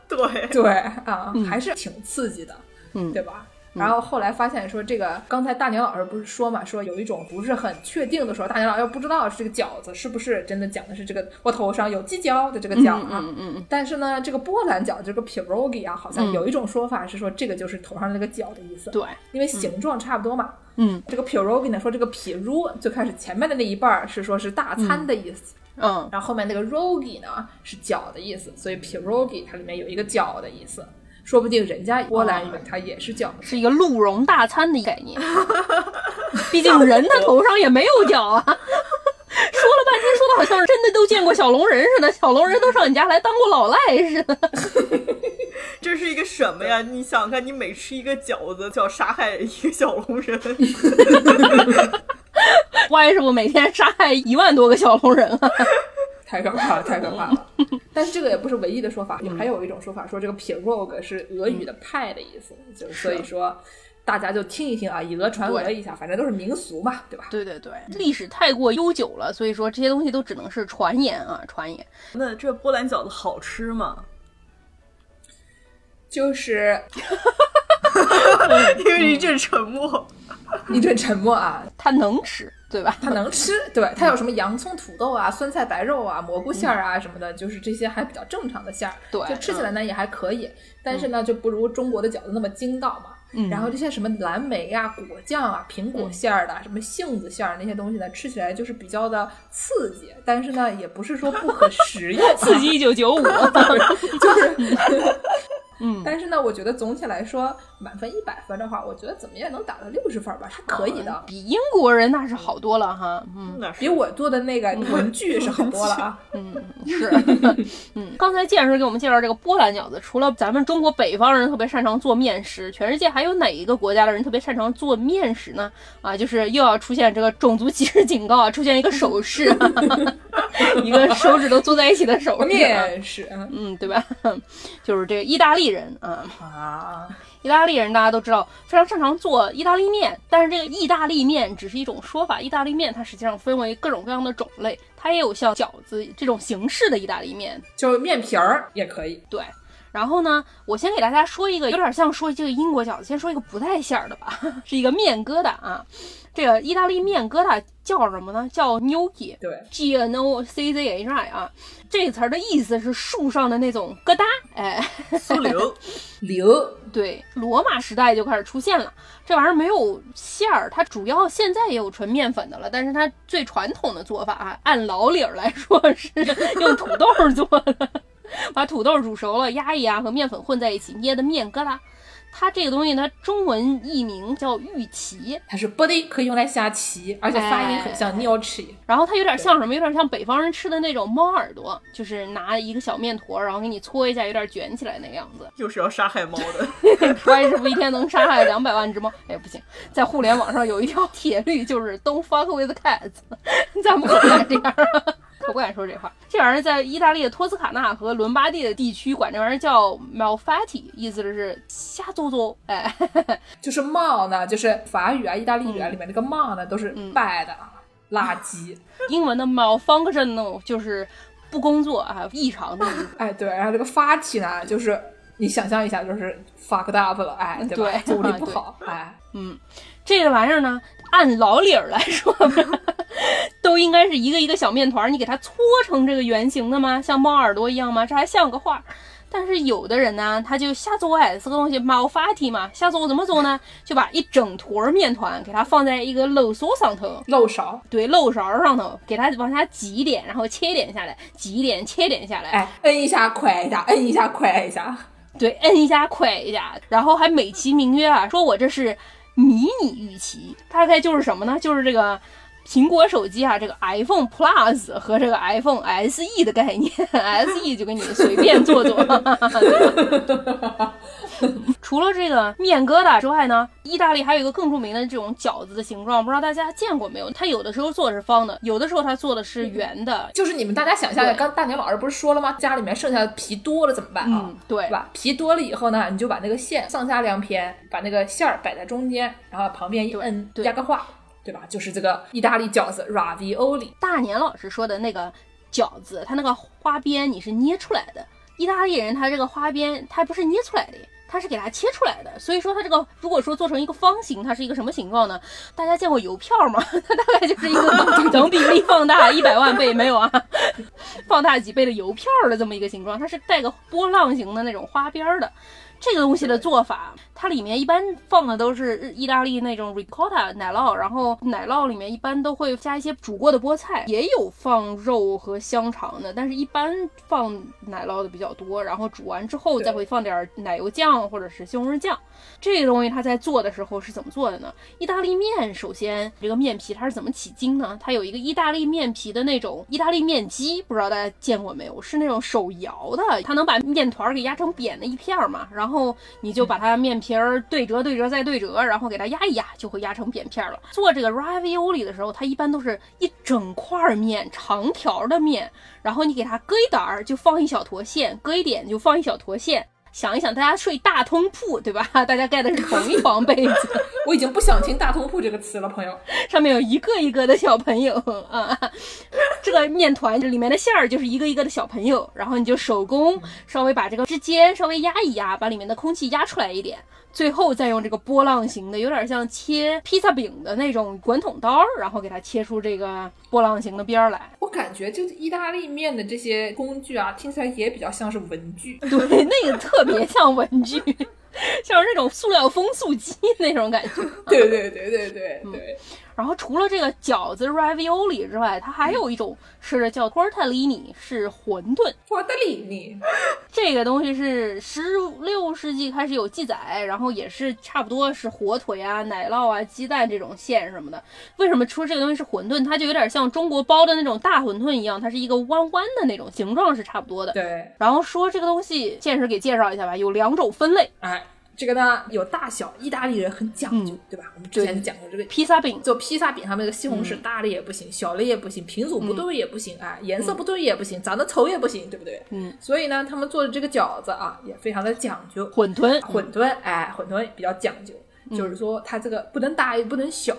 C: 对，
A: 对啊，还是挺刺激的，
B: 嗯
A: 对吧？然后后来发现说，这个刚才大年老师不是说嘛，说有一种不是很确定的时候，大年老师不知道这个饺子是不是真的讲的是这个我头上有犄角的这个角啊。
B: 嗯嗯嗯，
A: 但是呢，这个波兰饺这个 pierogi 啊，好像有一种说法是说这个就是头上那个角的意思，
B: 对，
A: 因为形状差不多嘛。
B: 嗯
A: 这个 pierogi 呢，说这个 pier 最开始前面的那一半儿是说是大餐的意思，
B: 嗯，
A: 然后后面那个 rogi 呢是脚的意思，所以 pierogi 它里面有一个脚的意思，说不定人家波兰语它也是脚。
B: 是一个鹿茸大餐的概念。毕
A: <laughs>
B: 竟人他头上也没有角啊。 <laughs> 说了半天，说的好像真的都见过小龙人似的，小龙人都上你家来当过老赖似的。
C: 这是一个什么呀？你想想看，你每吃一个饺子就要杀害一个小龙人， <laughs>
B: Y 师傅每天杀害一万多个小龙人啊！
A: 太可怕了，太可怕了。但是这个也不是唯一的说法，还有一种说法说这个 pierog 是俄语的派的意思，就是所以说大家就听一听啊，以讹传讹一下，反正都是民俗嘛，对吧？
B: <laughs> 对对对，历史太过悠久了，所以说这些东西都只能是传言啊，传言。
C: 那这波兰饺子好吃吗？ <laughs>
A: 就是
C: 因为一阵沉默，
A: 一阵沉默啊，
B: 它能吃，对吧？
A: 它能吃，对，它
B: 嗯
A: 有什么洋葱、土豆啊、酸菜白肉啊、蘑菇馅儿啊什么的，就是这些还比较正常的馅儿，
B: 对嗯
A: 就 <laughs> 吃起来呢也还可以，但是呢就不如中国的饺子那么筋道嘛。
B: 嗯
A: 然后这些什么蓝莓啊、果酱啊、苹果馅儿的、什么杏子馅儿那些东西呢，吃起来就是比较的刺激，但是呢也不是说不可食用、
B: <laughs> 刺激一九九五，
A: <laughs> 就是，
B: 嗯，
A: 但是呢，我觉得总体来说，满分一百分的话，我觉得怎么也能打到六十分吧，还可以的。
B: 嗯比英国人那是好多了哈。嗯
C: 那是
A: 比我做的那个文具是好多了啊！
B: 嗯，
A: <laughs>
B: 是，嗯。刚才建师给我们介绍这个波兰饺子，除了咱们中国北方人特别擅长做面食，全世界还有哪一个国家的人特别擅长做面食呢？啊，就是又要出现这个种族歧视警告啊，出现一个手势。 <laughs> 一个手指头坐在一起的手
A: <laughs>
B: 指，
A: 面是啊
B: 嗯，对吧？ <laughs> 就是这个意大利人啊，
A: 啊，
B: 意大利人大家都知道非常擅长做意大利面，但是这个意大利面只是一种说法，意大利面它实际上分为各种各样的种类，它也有像饺子这种形式的意大利面，
A: 就面皮儿也可以。
B: 对。然后呢，我先给大家说一个有点像说这个英国饺子，先说一个不带馅儿的吧， <laughs> 是一个面疙瘩啊。这个意大利面疙瘩叫什么呢？叫 gnocchi。
A: 对，
B: G N O C Z H I 啊，这个词儿的意思是树上的那种疙瘩，哎，
C: 苏流，
A: 零
B: 对，罗马时代就开始出现了。这玩意儿没有馅儿，它主要现在也有纯面粉的了，但是它最传统的做法啊，按老理儿来说是用土豆儿做的，把土豆儿煮熟了压一压，和面粉混在一起捏的面疙瘩。它这个东西，它中文译名叫玉琪，
A: 它是 body 可以用来下棋，而且发音很像 n i o c h i
B: 然后它有点像什么？有点像北方人吃的那种猫耳朵，就是拿一个小面坨儿，然后给你搓一下，有点卷起来那个样子。
C: 又是要杀害猫的，
B: 关师傅一天能杀害两百万只猫，哎不行，在互联网上有一条铁律就是 don't fuck with cats，咱 <laughs> 们不敢这样。可不敢说这话，这玩意儿在意大利的托斯卡纳和伦巴第的地区管这玩意儿叫 malfatti，意思是瞎诌诌。哎，
A: 就是帽呢，就是法语啊、意大利语啊里面那个帽呢，都是 bad 啊垃圾。
B: 英文的 malfunction 就是不工作啊，异常的意思。
A: 哎，对，然后这个发起呢，就是你想象一下，就是 fucked up 了，哎，对吧？
B: 对
A: 做力不好，哎，
B: 嗯，这个玩意儿呢，按老理儿来说， <laughs> 都应该是一个一个小面团儿，你给它搓成这个圆形的吗？像猫耳朵一样吗？这还像个话儿。但是有的人呢，他就瞎做哎，这个东西毛发体嘛，瞎做怎么做呢？就把一整坨儿面团给它放在一个漏勺上头，
A: 漏勺，
B: 对，漏勺上头，给它往下挤一点，然后切一点下来，挤一点，切一点下来，
A: 哎，摁一下，快一下，摁一下，快一下。
B: 对，摁一下，快一下，然后还美其名曰啊，说我这是迷你预期，大概就是什么呢？就是这个苹果手机啊，这个 iPhone Plus 和这个 iPhone SE 的概念，SE 就给你随便做做。除了这个面疙瘩之外呢，意大利还有一个更著名的这种饺子的形状，不知道大家见过没有？它有的时候做的是方的，有的时候它做的是圆的。
A: 就是你们大家想象一下，
B: 对
A: 刚大牛老师不是说了吗？家里面剩下的皮多了怎么办啊？
B: 嗯，对
A: 对，吧？皮多了以后呢，你就把那个线上下两偏，把那个馅儿摆在中间，然后旁边一摁
B: 对对
A: 压个画，对吧？就是这个意大利饺子 ravioli。
B: 大年老师说的那个饺子，它那个花边你是捏出来的。意大利人他这个花边，他不是捏出来的，他是给它切出来的。所以说他这个如果说做成一个方形，它是一个什么形状呢？大家见过邮票吗？ <laughs> 它大概就是一个等比例放大一百万倍没有啊，放大几倍的邮票的这么一个形状，它是带个波浪形的那种花边儿的。这个东西的做法，它里面一般放的都是意大利那种 ricotta 奶酪，然后奶酪里面一般都会加一些煮过的菠菜，也有放肉和香肠的，但是一般放奶酪的比较多，然后煮完之后
A: 对
B: 再会放点奶油酱或者是西红柿酱。这个东西它在做的时候是怎么做的呢？意大利面首先这个面皮它是怎么起筋呢？它有一个意大利面皮的那种意大利面机，不知道大家见过没有？是那种手摇的，它能把面团儿给压成扁的一片儿嘛，然后你就把它面皮儿对折、对折再对折，然后给它压一压，就会压成扁片儿了。做这个 ravioli 的时候，它一般都是一整块儿面长条的面，然后你给它搁一点儿就放一小坨馅，搁一点就放一小坨馅。想一想，大家睡大通铺对吧？ <laughs> 大家盖的是同一床被子，
A: 我已经不想听“大通铺”这个词了，朋友。
B: 上面有一个一个的小朋友 <laughs> 啊，这个面团里面的馅儿就是一个一个的小朋友，然后你就手工稍微把这个之间稍微压一压，把里面的空气压出来一点，最后再用这个波浪形的，有点像切披萨饼的那种滚筒刀，然后给它切出这个波浪形的边儿来。
A: 我感觉就是意大利面的这些工具啊，听起来也比较像是文具。
B: 对，那个特别像文具， <laughs> 像是那种塑料风速机那种感觉。
A: <laughs> 对对对对对对，
B: 然后除了这个饺子 ravioli 之外，它还有一种吃的叫 tortellini，是馄饨。
A: 波德里尼，
B: 这个东西是十六世纪开始有记载，然后也是差不多是火腿啊、奶酪啊、鸡蛋这种馅什么的。为什么说这个东西是馄饨？它就有点像中国包的那种大馄饨一样，它是一个弯弯的那种，形状是差不多的。
A: 对，
B: 然后说这个东西，现实给介绍一下吧，有两种分类，
A: 哎，这个呢有大小，意大利人很讲究，
B: 嗯
A: 对吧？我们之前
B: 对
A: 就讲过这个。
B: 披萨饼，
A: 做披萨饼上面那个西
B: 嗯
A: 红柿大了也不行，小了也不行，品组不对也不行啊，颜色不对也不行，长得丑也不行，对不对？
B: 嗯，
A: 所以呢，他们做的这个饺子啊，也非常的讲究。
B: 馄饨，
A: 馄饨，哎，馄饨比较讲究，就是说它这个不能大也不能小。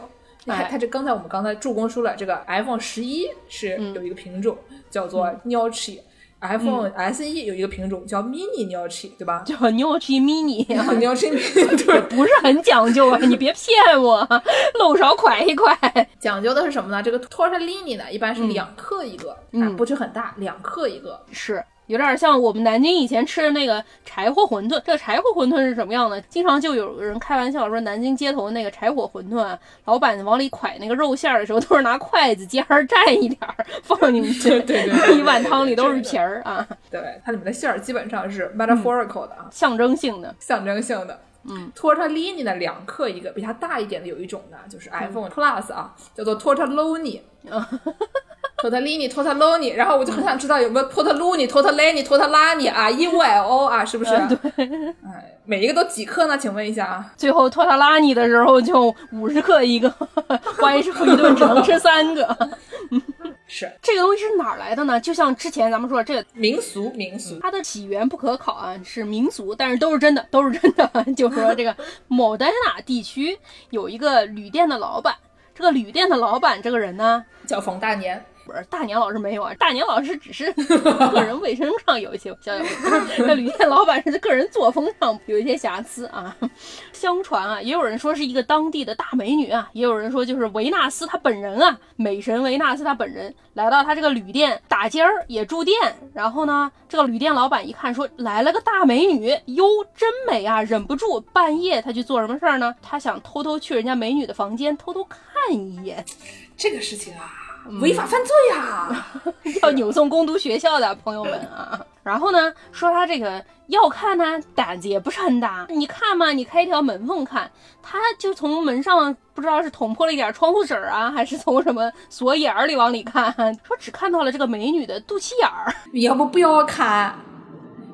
A: 你看
B: 嗯哎
A: 它这刚才我们刚才助攻说了，这个 iPhone 十一是
B: 嗯
A: 有一个品种叫做 n o c h i iPhone SE 有一个品种叫 Mini n o c h i 对 <laughs> 吧？
B: 叫 gnocchi mini，
A: n o c h i Mini 对，
B: <laughs> 不是很讲究啊，你别骗我， <laughs> 漏勺蒯一蒯。
A: 讲究的是什么呢？这个 tortellini 呢，一般是两克一个，
B: 嗯
A: 啊，不是很大，两克一个。
B: 是有点像我们南京以前吃的那个柴火馄饨。这个柴火馄饨是什么样的？经常就有人开玩笑说，南京街头那个柴火馄饨啊，老板往里㧟那个肉馅儿的时候，都是拿筷子尖儿蘸一点儿放进去，
A: 对对对
B: 一碗汤里都
A: 是
B: 是
A: 的
B: 皮儿啊，
A: <laughs> 对，它里面的馅儿基本上是 metaphorical 的啊，
B: 象征性的。
A: 象征性的。
B: 嗯
A: ，tortellini 呢两克一个，比它大一点的有一种呢，就是 iPhone Plus 啊，叫做 <laughs> tortelloni。tortellini tortelloni，然后我就很想知道有没有 tortelloni tortellini tortellani 啊，e y o 啊，是不是？对，哎，每一个都几克呢？请问一下啊，
B: 最后托塔拉你的时候就五十克一个，关师傅一顿只能吃三个。
A: 是
B: 这个东西是哪儿来的呢？就像之前咱们说的，这个
A: 民俗民俗，
B: 它的起源不可考啊，是民俗，但是都是真的，都是真的。 <laughs> 就说这个某丹纳地区有一个旅店的老板，这个旅店的老板这个人呢，
A: 叫冯大年。
B: 不是大年老师没有啊，大年老师只是个人卫生上有一些小小问题，那旅店老板是个人作风上有一些瑕疵啊。相传啊，也有人说是一个当地的大美女啊，也有人说就是维纳斯她本人啊，美神维纳斯她本人来到她这个旅店打尖儿也住店，然后呢，这个旅店老板一看说来了个大美女，哟，真美啊，忍不住半夜他去做什么事儿呢？他想偷偷去人家美女的房间偷偷看一眼，
A: 这个事情啊，违法犯罪啊！
B: <laughs> 要扭送攻读学校的朋友们啊。然后呢，说他这个要看呢，胆子也不是很大。你看嘛，你开一条门缝看，他就从门上不知道是捅破了一点窗户纸儿啊，还是从什么锁眼儿里往里看，说只看到了这个美女的肚脐眼儿。
A: 你 <laughs> 要不不要看，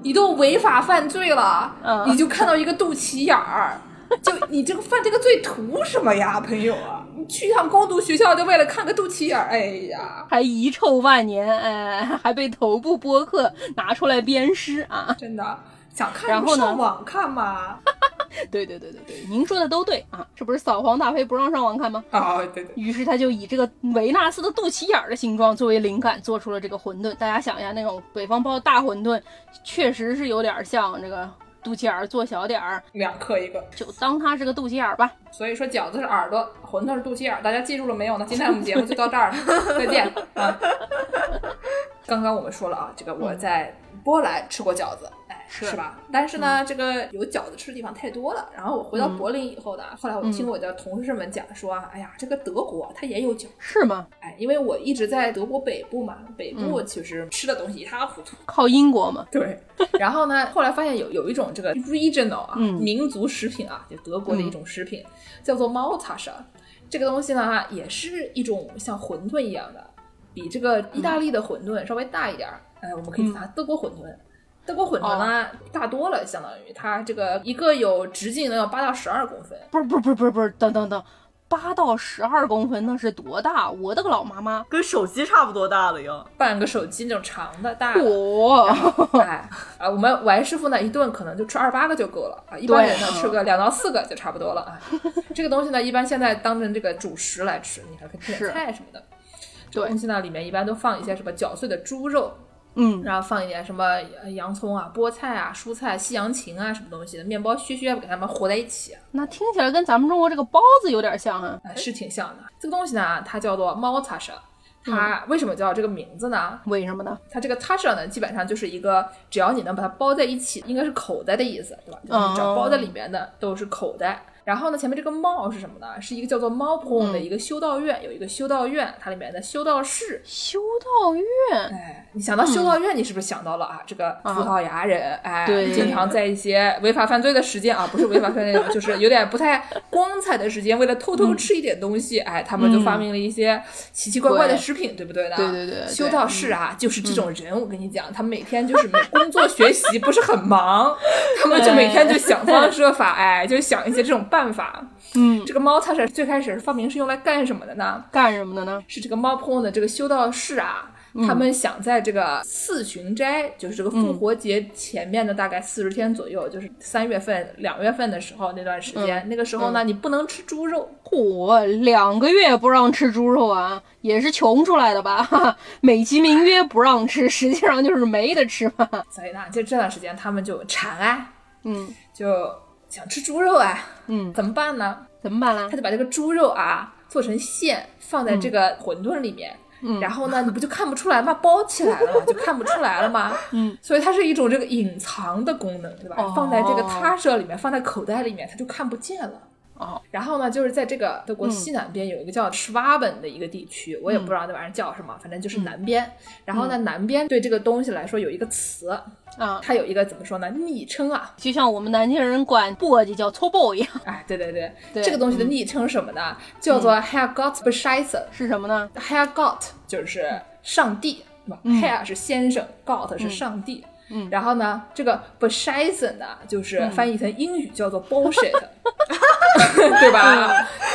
A: 你都违法犯罪了，
B: 嗯
A: 你就看到一个肚脐眼儿，就你这个犯这个罪图什么呀，朋友啊？你去一趟攻读学校就为了看个肚脐眼儿，哎呀，
B: 还遗臭万年，哎，还被头部播客拿出来鞭尸啊！
A: 真的。想看
B: 然后呢
A: 上网看嘛？
B: 对对对对对，您说的都对啊，这不是扫黄大黑不让上网看吗？
A: 哦，对对，
B: 于是他就以这个维纳斯的肚脐眼儿的形状作为灵感，做出了这个馄饨。大家想一下，那种北方包大馄饨，确实是有点像这个肚脐眼儿做小点儿，
A: 两克一个。
B: 就当它是个肚脐眼儿吧。
A: 所以说饺子是耳朵，馄饨是肚脐眼儿，大家记住了没有呢？今天我们节目就到这儿，再见啊！刚刚我们说了啊，这个我在波兰吃过饺子，哎，
B: 是
A: 是吧？但是呢，这个有饺子吃的地方太多了。然后我回到柏林以后呢，后来我听我的同事们讲说啊，哎呀，这个德国它也有饺子，
B: 是吗？
A: 哎，因为我一直在德国北部嘛，北部其实吃的东西一塌糊涂。
B: 靠英国嘛，
A: <laughs> 对，然后呢，后来发现有有一种这个 regional 啊，
B: 嗯
A: 民族食品啊，就德国的一种食品，叫做 Maltasha。这个东西呢，也是一种像馄饨一样的，比这个意大利的馄饨稍微大一点儿。哎，我们可以叫它德国馄饨。德国馄饨呢，大多了，相当于它这个一个有直径能有八到十二公分，
B: 不是不是不是不是不是，等等等，八到十二公分那是多大？我的个老妈妈！
C: 跟手机差不多大了呀。
A: 半个手机那种长的大的。
B: 我 <laughs>
A: 哎，啊，我们王师傅呢，一顿可能就吃二八个就够了啊，一般人
B: 嗯
A: 呢吃个两到四个就差不多了啊。这个东西呢，一般现在当成这个主食来吃，你还可以配点
B: 是
A: 菜什么的。这
B: 对
A: 东西呢，里面一般都放一些什么搅碎的猪肉，
B: 嗯，
A: 然后放一点什么呃洋葱啊、菠菜啊、蔬菜、西洋芹啊什么东西的，面包屑屑给它们和在一起啊，
B: 那听起来跟咱们中国这个包子有点像啊。
A: 哎是挺像的。这个东西呢，它叫做猫擦沙，
B: 嗯
A: 它为什么叫这个名字呢？
B: 为什么呢？
A: 它这个 tasha 呢，基本上就是一个，只要你能把它包在一起，应该是口袋的意思，对吧？就是你只要包在里面的都是口袋。然后呢，前面这个茂是什么呢？是一个叫做猫棚的一个修道院，有一个修道院，它里面的修道士。
B: 修道院，
A: 哎，你
B: 嗯
A: 想到修道院，你是不是想到了啊？这个葡萄牙人，哎，
B: 对
A: 经常在一些违法犯罪的时间啊，不是违法犯罪，就是有点不太光彩的时间，为了偷
B: 嗯
A: 偷吃一点东西，哎，他们就发明了一些奇奇怪怪的
B: 对
A: 食品，对不对呢？
B: 对对对对嗯
A: 修道士啊，就是这种人，我跟你讲，他每天就是每工作学习不是很忙，他们就每天就想方设法，哎，就想一些这种办法。
B: 嗯，
A: 这个猫它是最开始发明是用来干什么的呢？
B: 干什么的呢？
A: 是这个猫碰的这个修道士啊，他们想在这个四旬斋，就是这个复活节前面的大概四十天左右，就是三月份、两月份的时候那段时间，那个时候呢，你不能吃猪肉，
B: 嚯，两个月不让吃猪肉啊，也是穷出来的吧？ <laughs> 哈哈，美其名曰不让吃，实际上就是没得吃嘛。
A: 所以呢，就这段时间他们就馋啊，
B: 嗯
A: 就想吃猪肉啊，
B: 嗯，
A: 怎么办呢？
B: 怎么办啦
A: 他？就把这个猪肉啊做成馅，放在
B: 嗯
A: 这个馄饨里面。然后呢，你不就看不出来吗？包起来了嘛，就看不出来了嘛。
B: <laughs> 嗯，
A: 所以它是一种这个隐藏的功能，对吧？
B: 哦
A: 放在这个他舍里面，放在口袋里面，它就看不见了。
B: 哦，嗯
A: 然后呢，就是在这个德国西南边有一个叫 Schwaben 的一个地区，我也不知道那玩意儿叫什么，反正
B: 嗯
A: 就是南边。然后呢，南边对这个东西来说有一个词，
B: 啊，
A: 它有一个怎么说呢？昵称啊， <laughs>
B: 就像我们南京人管簸箕叫搓簸一样，
A: 哎，对对对，
B: 对嗯
A: 这个东西的昵称是什么呢？叫做 Herrgott Bescheiße。
B: <laughs> 是什么呢？
A: Herrgott 就是上帝，对吧、h e r r 是先生，God 是上帝。
B: 嗯
A: 然后呢，这个 b e s c h e i s e n 呢，就是翻译成英语叫做
B: <laughs>
A: bullshit，、对吧？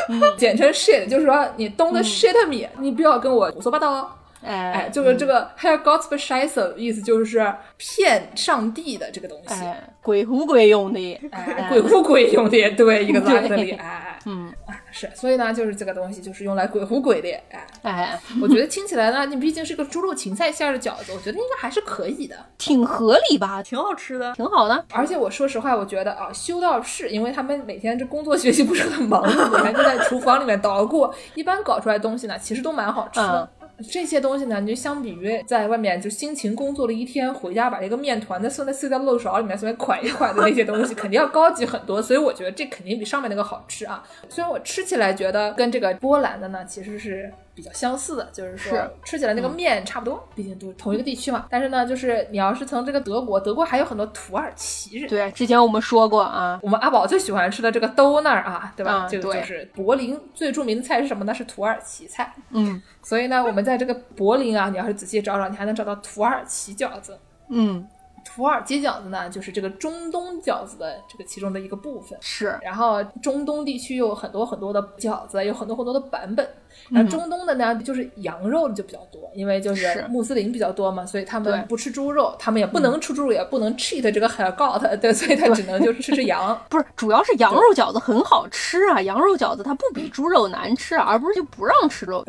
B: 嗯
A: 嗯简称 shit，就是说你 don't shit me，、你不要跟我胡说八道哦。哎，
B: 哎，
A: 就是这个 h e r r g o t b e s c h e i s e n 意思就是骗上帝的这个东西。
B: 哎，鬼狐鬼用的，
A: 哎，鬼狐鬼用的，对，一个拉克里，
B: 对
A: 哎，
B: 嗯，
A: 哎是，所以呢，就是这个东西就是用来鬼狐鬼的，哎，
B: 哎，
A: 我觉得听起来呢，你毕竟是个猪肉芹菜馅儿的饺子，我觉得应该还是可以的。
B: 挺合理吧？
C: 挺好吃的。
B: 挺好的，
A: 而且我说实话，我觉得啊，修道士，因为他们每天这工作学习不是很忙，每天就在厨房里面捣鼓，一般搞出来的东西呢，其实都蛮好吃的。这些东西呢，你就相比于在外面就辛勤工作了一天，回家把这个面团再送在碎在漏勺里面，随便蒯一蒯的那些东西，肯定要高级很多。所以我觉得这肯定比上面那个好吃啊。虽然我吃起来觉得跟这个波兰的呢其实是比较相似的，就是说
B: 是
A: 吃起来那
B: 嗯
A: 个面差不多，毕竟都是同一个地区嘛。但是呢，就是你要是从这个德国，德国还有很多土耳其人，
B: 对，之前我们说过啊，
A: 我们阿宝最喜欢吃的这个兜那儿啊，对吧？
B: 嗯
A: 这个
B: 对
A: 就是柏林最著名的菜是什么呢？是土耳其菜。
B: 嗯
A: 所以呢，我们在这个柏林啊，你要是仔细找找，你还能找到土耳其饺子。
B: 嗯，
A: 土耳其饺子呢，就是这个中东饺子的这个其中的一个部分。
B: 是，
A: 然后中东地区有很多很多的饺子，有很多很多的版本。然后中东的呢，就是羊肉就比较多，因为嗯就是
B: 是
A: 穆斯林比较多嘛，所以他们
B: 对
A: 不吃猪肉，他们也不能吃猪肉，也不能 cheat 这个 <laughs> h e r g o t 对，所以他只能就是吃吃羊。
B: 不是，主要是羊肉饺子很好吃啊，羊肉饺子它不比猪肉难吃啊，而不是就不让吃肉。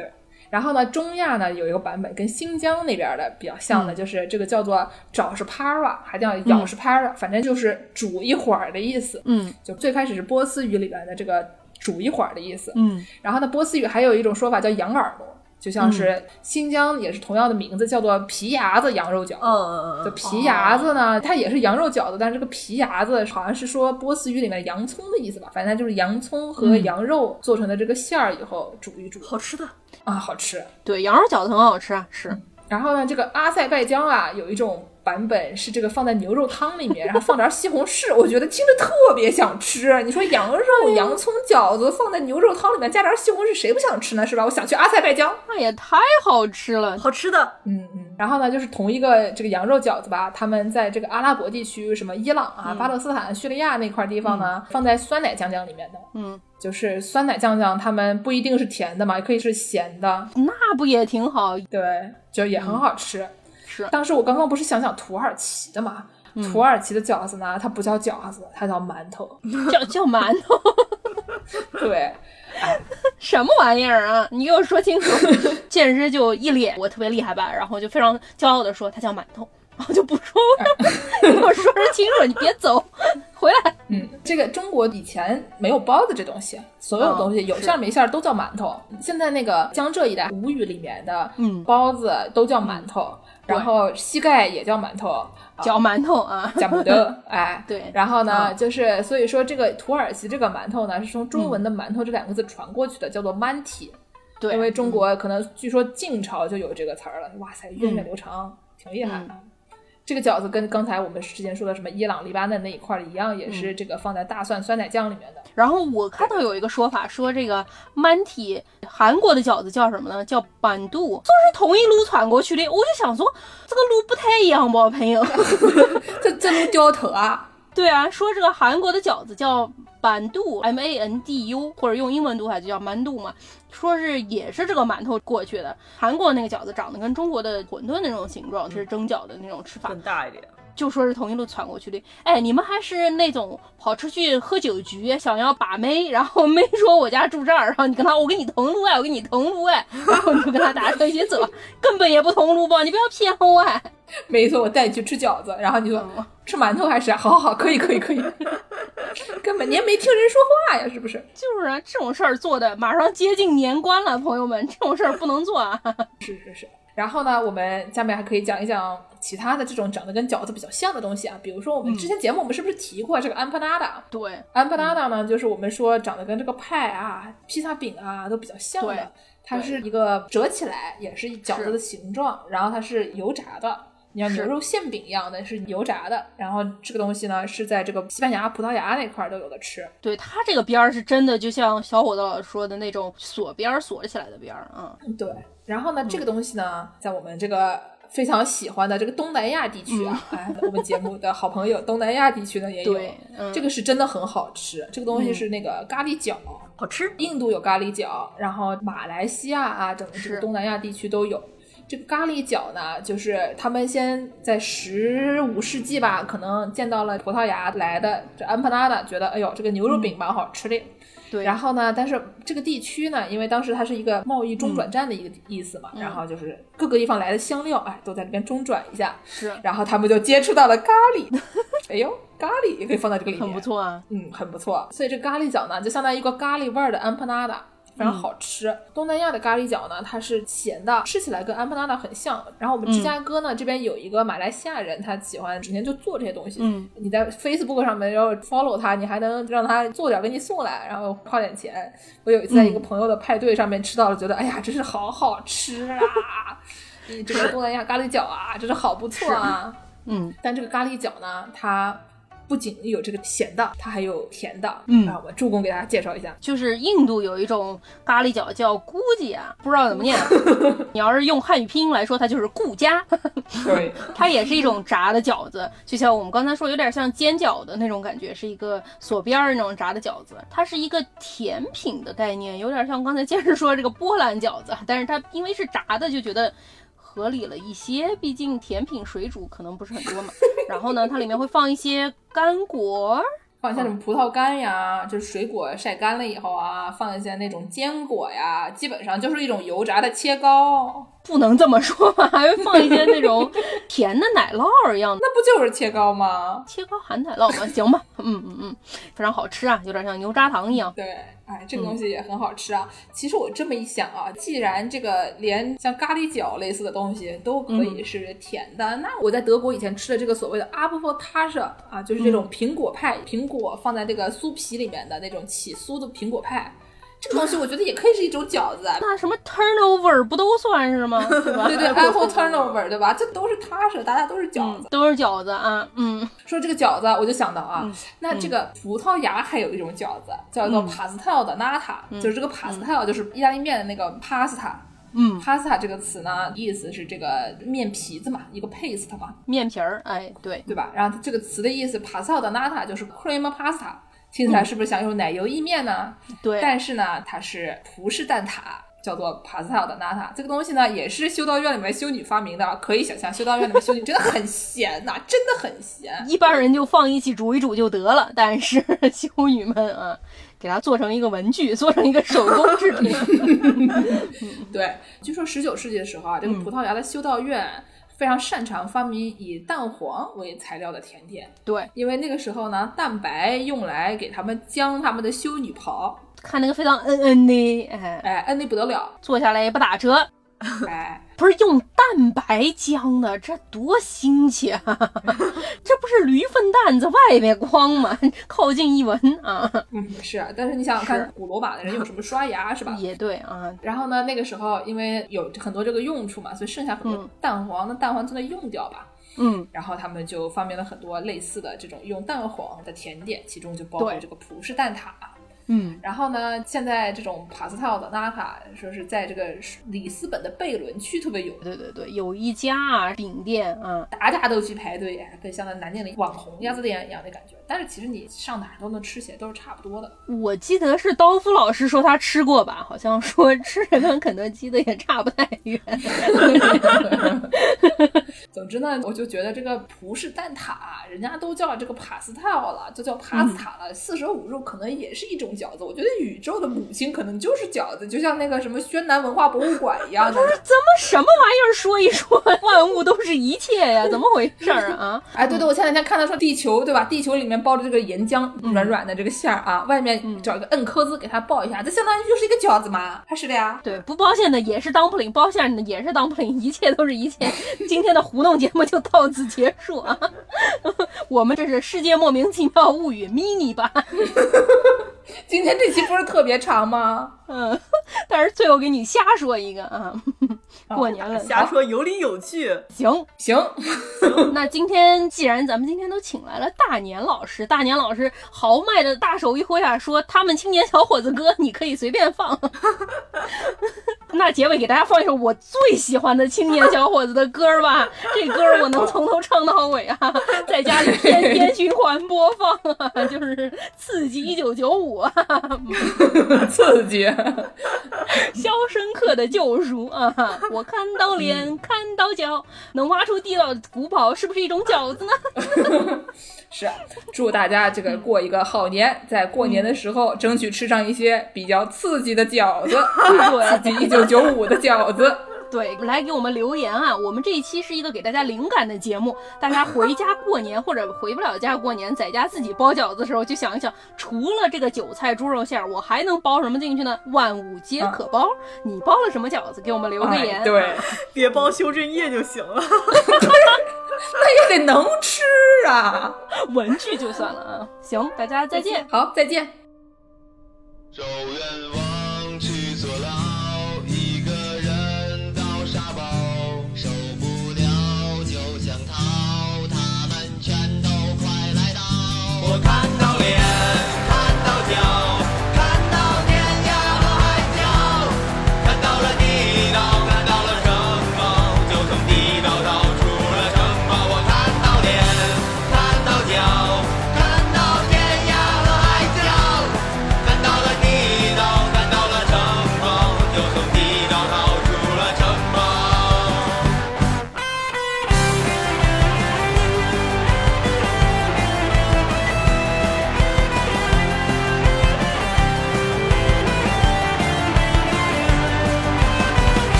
A: 然后呢，中亚呢有一个版本跟新疆那边的比较像的，就是这个叫做爪是 para，还叫咬是 para，、反正就是煮一会儿的意思。
B: 嗯
A: 就最开始是波斯语里边的这个煮一会儿的意思。
B: 嗯
A: 然后呢，波斯语还有一种说法叫羊耳朵，就像是新疆也是同样的名字，叫做皮牙子羊肉饺。
C: 嗯嗯
A: 就
C: 嗯
A: 皮牙子呢，它也是羊肉饺子，但是这个皮牙子好像是说波斯语里面洋葱的意思吧，反正它就是洋葱和羊肉做成的这个馅儿以后煮一煮
C: 嗯，好吃的。
A: 啊，好吃。
B: 对，羊肉饺子很好吃啊，是，
A: 然后呢，这个阿塞拜疆啊，有一种版本是这个放在牛肉汤里面，然后放点西红柿，我觉得听着特别想吃。你说羊肉、洋葱饺子放在牛肉汤里面加点西红柿，谁不想吃呢？是吧？我想去阿塞拜疆。
B: 那也太好吃了。
C: 好吃的，
A: 嗯嗯。然后呢，就是同一个这个羊肉饺子吧，他们在这个阿拉伯地区，什么伊朗啊、巴勒斯坦、叙利亚那块地方呢，放在酸奶酱酱里面的。
B: 嗯，
A: 就是酸奶酱酱，他们不一定是甜的嘛，也可以是咸的，
B: 那不也挺好？
A: 对，就也很好吃。
B: 嗯是，嗯
A: 当时我刚刚不是想讲土耳其的嘛？土耳其的饺子呢，它不叫饺子，它叫馒头。
B: 叫叫馒头 <laughs>
A: 对，
B: 什么玩意儿啊？你给我说
A: <laughs>
B: 清楚。简直就一脸我特别厉害吧，然后就非常骄傲的说它叫馒头， <laughs> 然后就不说
A: <laughs>
B: 了。你给我说说清楚，你别走，回来。
A: 嗯，这个中国以前没有包子这东西，所
B: 嗯
A: 有东西、有馅儿没馅儿都叫馒头。现在那个江浙一带吴语里面的
B: 嗯
A: 包子都叫馒头。然后膝盖也叫馒头，
B: 叫馒头啊，
A: 贾木
B: <laughs>
A: 德，哎，
B: 对
A: 然后呢，
B: 嗯
A: 就是所以说这个土耳其这个馒头呢，是从中文
B: 嗯
A: 的馒头这两个字传过去的，叫做馒体，
B: 对，
A: 因为中国可能据说晋朝就有这个词儿了，哇塞，源远流长，挺厉害。这个饺子跟刚才我们之前说的什么伊朗、黎巴嫩那一块儿一样，也是这个放在大蒜酸奶酱里面的。
B: 然后我看到有一个说法，说这个 manti 韩国的饺子叫什么呢？叫板肚，说是同一路传过去的。我就想说，这个路不太一样吧，朋友？
A: 这这路掉头啊！
B: 对啊，说这个韩国的饺子叫板肚 （M A N D U），或者用英文读法就叫馒肚嘛，说是也是这个馒头过去的。韩国那个饺子长得跟中国的馄饨那种形状，是蒸饺的那种吃法。
C: 更大一点。
B: 就说是同一路传过去的。哎，你们还是那种跑出去喝酒局，想要把妹，然后妹说我家住这儿，然后你跟他我给你同路哎，我给你同路哎，然后你就跟他搭车一起走，根本也不同路吧？你不要骗我哎。
A: 没错，我带你去吃饺子，然后你
B: 嗯
A: 说、吃馒头还是啊好好好，可以可以可以， <laughs> 根本你也没听人说话呀，是不是？
B: 就是啊，这种事儿做的马上接近年关了，朋友们，这 <laughs> 种事儿不能做啊。
A: 是是是。然后呢，我们下面还可以讲一讲其他的这种长得跟饺子比较像的东西啊，比如说我们之前节目我们是不是提过这个 empanada？
B: <laughs> 对，
A: Empanada 呢，就是我们说长得跟这个派啊、披萨饼啊都比较像
B: 对
A: 的，它是一个折起来，也是饺子的形状，然后它是油炸的。你像
B: 是
A: 牛肉馅饼一样的是油炸的，然后这个东西呢是在这个西班牙、葡萄牙那块儿都有的吃。
B: 对他这个边儿是真的，就像小伙子老师说的那种锁边儿锁起来的边儿啊、嗯。
A: 对，然后呢，这个东西呢，在我们这个非常喜欢的这个东南亚地区啊，哎，我们节目的好朋友东南亚地区呢也有
B: 嗯对，嗯、
A: 这个是真的很好吃。这个东西是那个咖喱饺，
C: 好吃，
A: 印度有咖喱饺，然后马来西亚啊，整个这
B: 是
A: 个东南亚地区都有。这个咖喱饺呢，就是他们先在十五世纪吧，可能见到了葡萄牙来的这安帕纳达，觉得哎呦，这个牛肉饼蛮好吃的。
B: 嗯对，
A: 然后呢，但是这个地区呢，因为当时它是一个贸易中转站的一个意思
B: 嗯
A: 嘛，然后就是各个地方来的香料，哎，都在这边中转一下，
B: 是
A: 然后他们就接触到了咖
B: <laughs>
A: 喱。哎呦，咖喱也可以放在这个里面，
B: 很不错啊。
A: 嗯，很不错。所以这咖喱饺呢，就相当于一个咖喱味儿的 empanada，非常好吃。东南亚的咖喱饺呢，它是咸的，吃起来跟 empanada 很像。然后我们芝加哥呢，这边有一个马来西亚人，他喜欢整天就做这些东西。
B: 嗯，
A: 你在 Facebook 上面要 follow 他，你还能让他做点给你送来，然后花点钱。我有一次在一个朋友的派对上面吃到了，觉得、哎呀，真是好好吃啊！你这个东南亚咖喱饺啊，真是好不错啊。
B: 嗯，
A: 但这个咖喱饺呢，它不仅有这个咸的，它还有甜的。
B: 嗯
A: 啊，我助攻给大家介绍一下，
B: 就是印度有一种咖喱饺叫姑吉啊，不知道怎么 <laughs> 念啊。你要是用汉语拼音来说，它就是顾家，
A: 对，
B: 它也是一种炸的饺子，就像我们刚才说，有点像煎饺的那种感觉，是一个锁边儿那种炸的饺子。它是一个甜品的概念，有点像刚才接着说这个波兰饺子，但是它因为是炸的，就觉得。合理了一些，毕竟甜品水煮可能不是很多嘛。然后呢，它里面会放一些干果儿，
A: 放一些什么葡萄干呀，就是水果晒干了以后啊，放一些那种坚果呀，基本上就是一种油炸的切糕，
B: 不能这么说吧，还会放一些那种甜的奶酪儿一样的。
A: 那不就是切糕吗？
B: 切糕含奶酪吗？行吧，嗯嗯嗯，非常好吃啊，有点像牛轧糖一样。
A: 对，哎，这个东西也很好吃啊。其实我这么一想啊，既然这个连像咖喱饺类似的东西都可以是甜的，那我在德国以前吃的这个所谓的 a p p e l t a s e 啊，就是这种苹果派，苹果放在这个酥皮里面的那种起酥的苹果派，这个东西我觉得也可以是一种饺
B: <laughs>
A: 子啊。
B: 那什么 turnover 不都算是吗？
A: <laughs>
B: 对吧？
A: 对对，apple turnover 对吧？这都是 t a s e 大家都是饺
B: 嗯
A: 子。，
B: 都是饺子啊，嗯，
A: 说这个饺子，我就想到啊，那这个葡萄牙还有一种饺子叫
B: 嗯
A: 做 pastel 的 nata，、就是这个 pastel 就是意大利面的那个 pasta。
B: 嗯
A: ，pasta 这个词呢，意思是这个面皮子嘛，一个 paste 嘛，
B: 面皮儿，哎，对，
A: 对吧？然后这个词的意思，pastel 的 nata 就是 cream pasta，听起来是不是像一种奶油意面呢？
B: 嗯对，
A: 但是呢，它是葡式蛋挞，叫做 pastel 的 nata。这个东西呢，也是修道院里面修女发明的，可以想象修道院里面修女真的很 <laughs> 闲呐、真的很闲。
B: 一般人就放一起煮一煮就得了，但是 <laughs> 修女们啊，给它做成一个文具，做成一个手工制品，
A: 对，据说十九世纪的时候啊，这个葡萄牙的修道院。非常擅长发明以蛋黄为材料的甜点，
B: 对，
A: 因为那个时候呢，蛋白用来给他们浆他们的修女袍，
B: 看那个非常嗯嗯的，哎，
A: 哎，摁的不得了。
B: 做下来也不打折，
A: 哎，
B: <laughs> 不是用蛋白浆的，这多新鲜啊！ <laughs> 这不是驴粪蛋在外面光吗？ <laughs> 靠近一闻啊，
A: 嗯，是啊，但是你想想看，古罗马的人有什么刷牙是
B: <laughs>
A: 吧？
B: 也对啊，
A: 然后呢，那个时候因为有很多这个用处嘛，所以剩下很多蛋黄，那蛋黄就得用掉吧。
B: 嗯，
A: 然后他们就发明了很多类似的这种用蛋黄的甜点，其中就包括
B: 对
A: 这个葡式蛋挞。
B: 嗯，
A: 然后呢，现在这种帕斯套的纳塔，说是在这个里斯本的贝伦区特别有名，
B: 对对对，有一家啊饼店啊，
A: 大家都去排队，哎跟像那南京的网红鸭子店一样的感觉。但是其实你上哪儿都能吃起来，都是差不多的。
B: 我记得是刀夫老师说他吃过吧，好像说吃着跟肯德基的也差不太远。
A: 总之呢，我就觉得这个葡式蛋挞，人家都叫这个帕斯套了，就叫帕斯塔了，四舍五入可能也是一种饺子。我觉得宇宙的母亲可能就是饺子，就像那个什么宣南文化博物馆一样的。
B: 怎么什么玩意儿说一说，万物都是一切呀？怎么回事儿啊？
A: 哎，对对，我前两天看到说地球，对吧？地球里面包着这个岩浆，
B: 嗯
A: 软软的这个馅儿啊，外面找一个摁壳子给它爆一下，这相当于就是一个饺子嘛，还是的呀。
B: 对，不包馅的也是当铺领，包馅的也是当铺领，一切都是一切。今天的胡弄节目就到此结束啊！ <laughs> 我们这是世界莫名其妙物语 mini 版，
A: 今天这期不是特别长吗？
B: 嗯，但是最后给你瞎说一个啊，过年了，
C: 瞎说有理有据，
B: 行，
A: 行， <laughs>
B: 那今天既然咱们今天都请来了大年老师，大年老师豪迈的大手一挥啊，说他们青年小伙子歌你可以随便放。 <laughs> 那结尾给大家放一首我最喜欢的青年小伙子的歌吧， <laughs> 这歌我能从头唱到尾啊， <laughs> 在家里天天循环播放 <laughs> 啊，就是刺激一九九五啊， <laughs>
A: 刺激。 <laughs>
B: 《肖申克的救赎》啊，我看到脸，看到脚，能挖出地道的古堡，是不是一种饺子呢？
A: 是，啊祝大家这个过一个好年，在过
B: 嗯
A: 年的时候争取吃上一些比较刺激的饺
B: <laughs>
A: 子，啊刺
B: 对
A: 激一九九五的饺
B: <laughs>
A: 子。
B: 对，来给我们留言啊！我们这一期是一个给大家灵感的节目，大家回家过年或者回不了家过年，在家自己包饺子的时候，就想一想，除了这个韭菜猪肉馅儿，我还能包什么进去呢？万物皆可包。你包了什么饺子？给我们留个啊言。
A: 哎对， <laughs>
C: 别包修正液就行了。
A: 那哎也得能吃啊。
B: 文具就算了啊。 <laughs> 行，大家再见。
A: 好，再见。
E: 咒愿望去坐牢，一个人到沙堡，受不了就想逃，他们全都快来到。我看到脸，看到脚，看到天涯和海角，看到了地道，看到了城堡，就从地道到出了城堡。我看到脸，看到脚，看到天涯和海角。看到了地道，看到了城堡，就从地道逃出了城堡。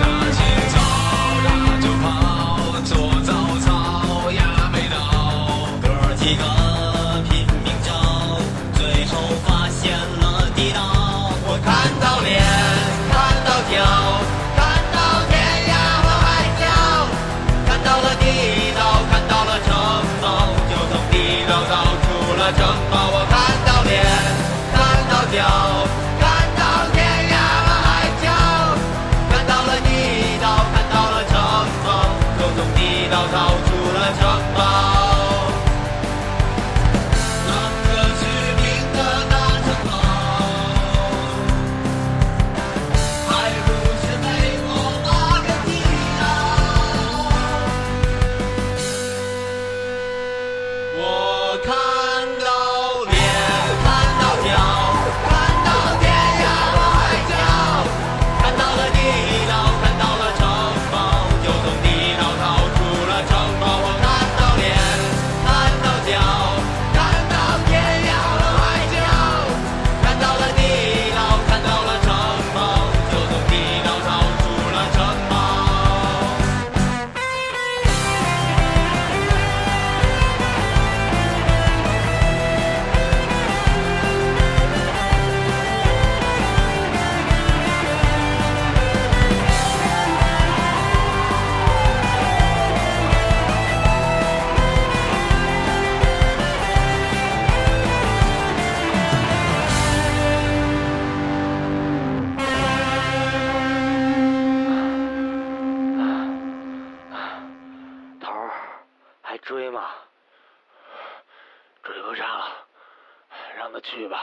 E: 大清早，他就跑，做早操呀没到，哥几个拼命找，最后发现了地道。我看到脸，看到脚，看到天涯和海角，看到了地道，看到了城堡，就从地道到出了城堡。我看到脸，看到脚，看到天涯和海角。看到了地道，看到了城堡，就从地道逃出了城堡。那个致命的大城堡，还不是被我挖个地道。我看到脸，看到脚，看到。
F: 追嘛，追不上了，让他去吧。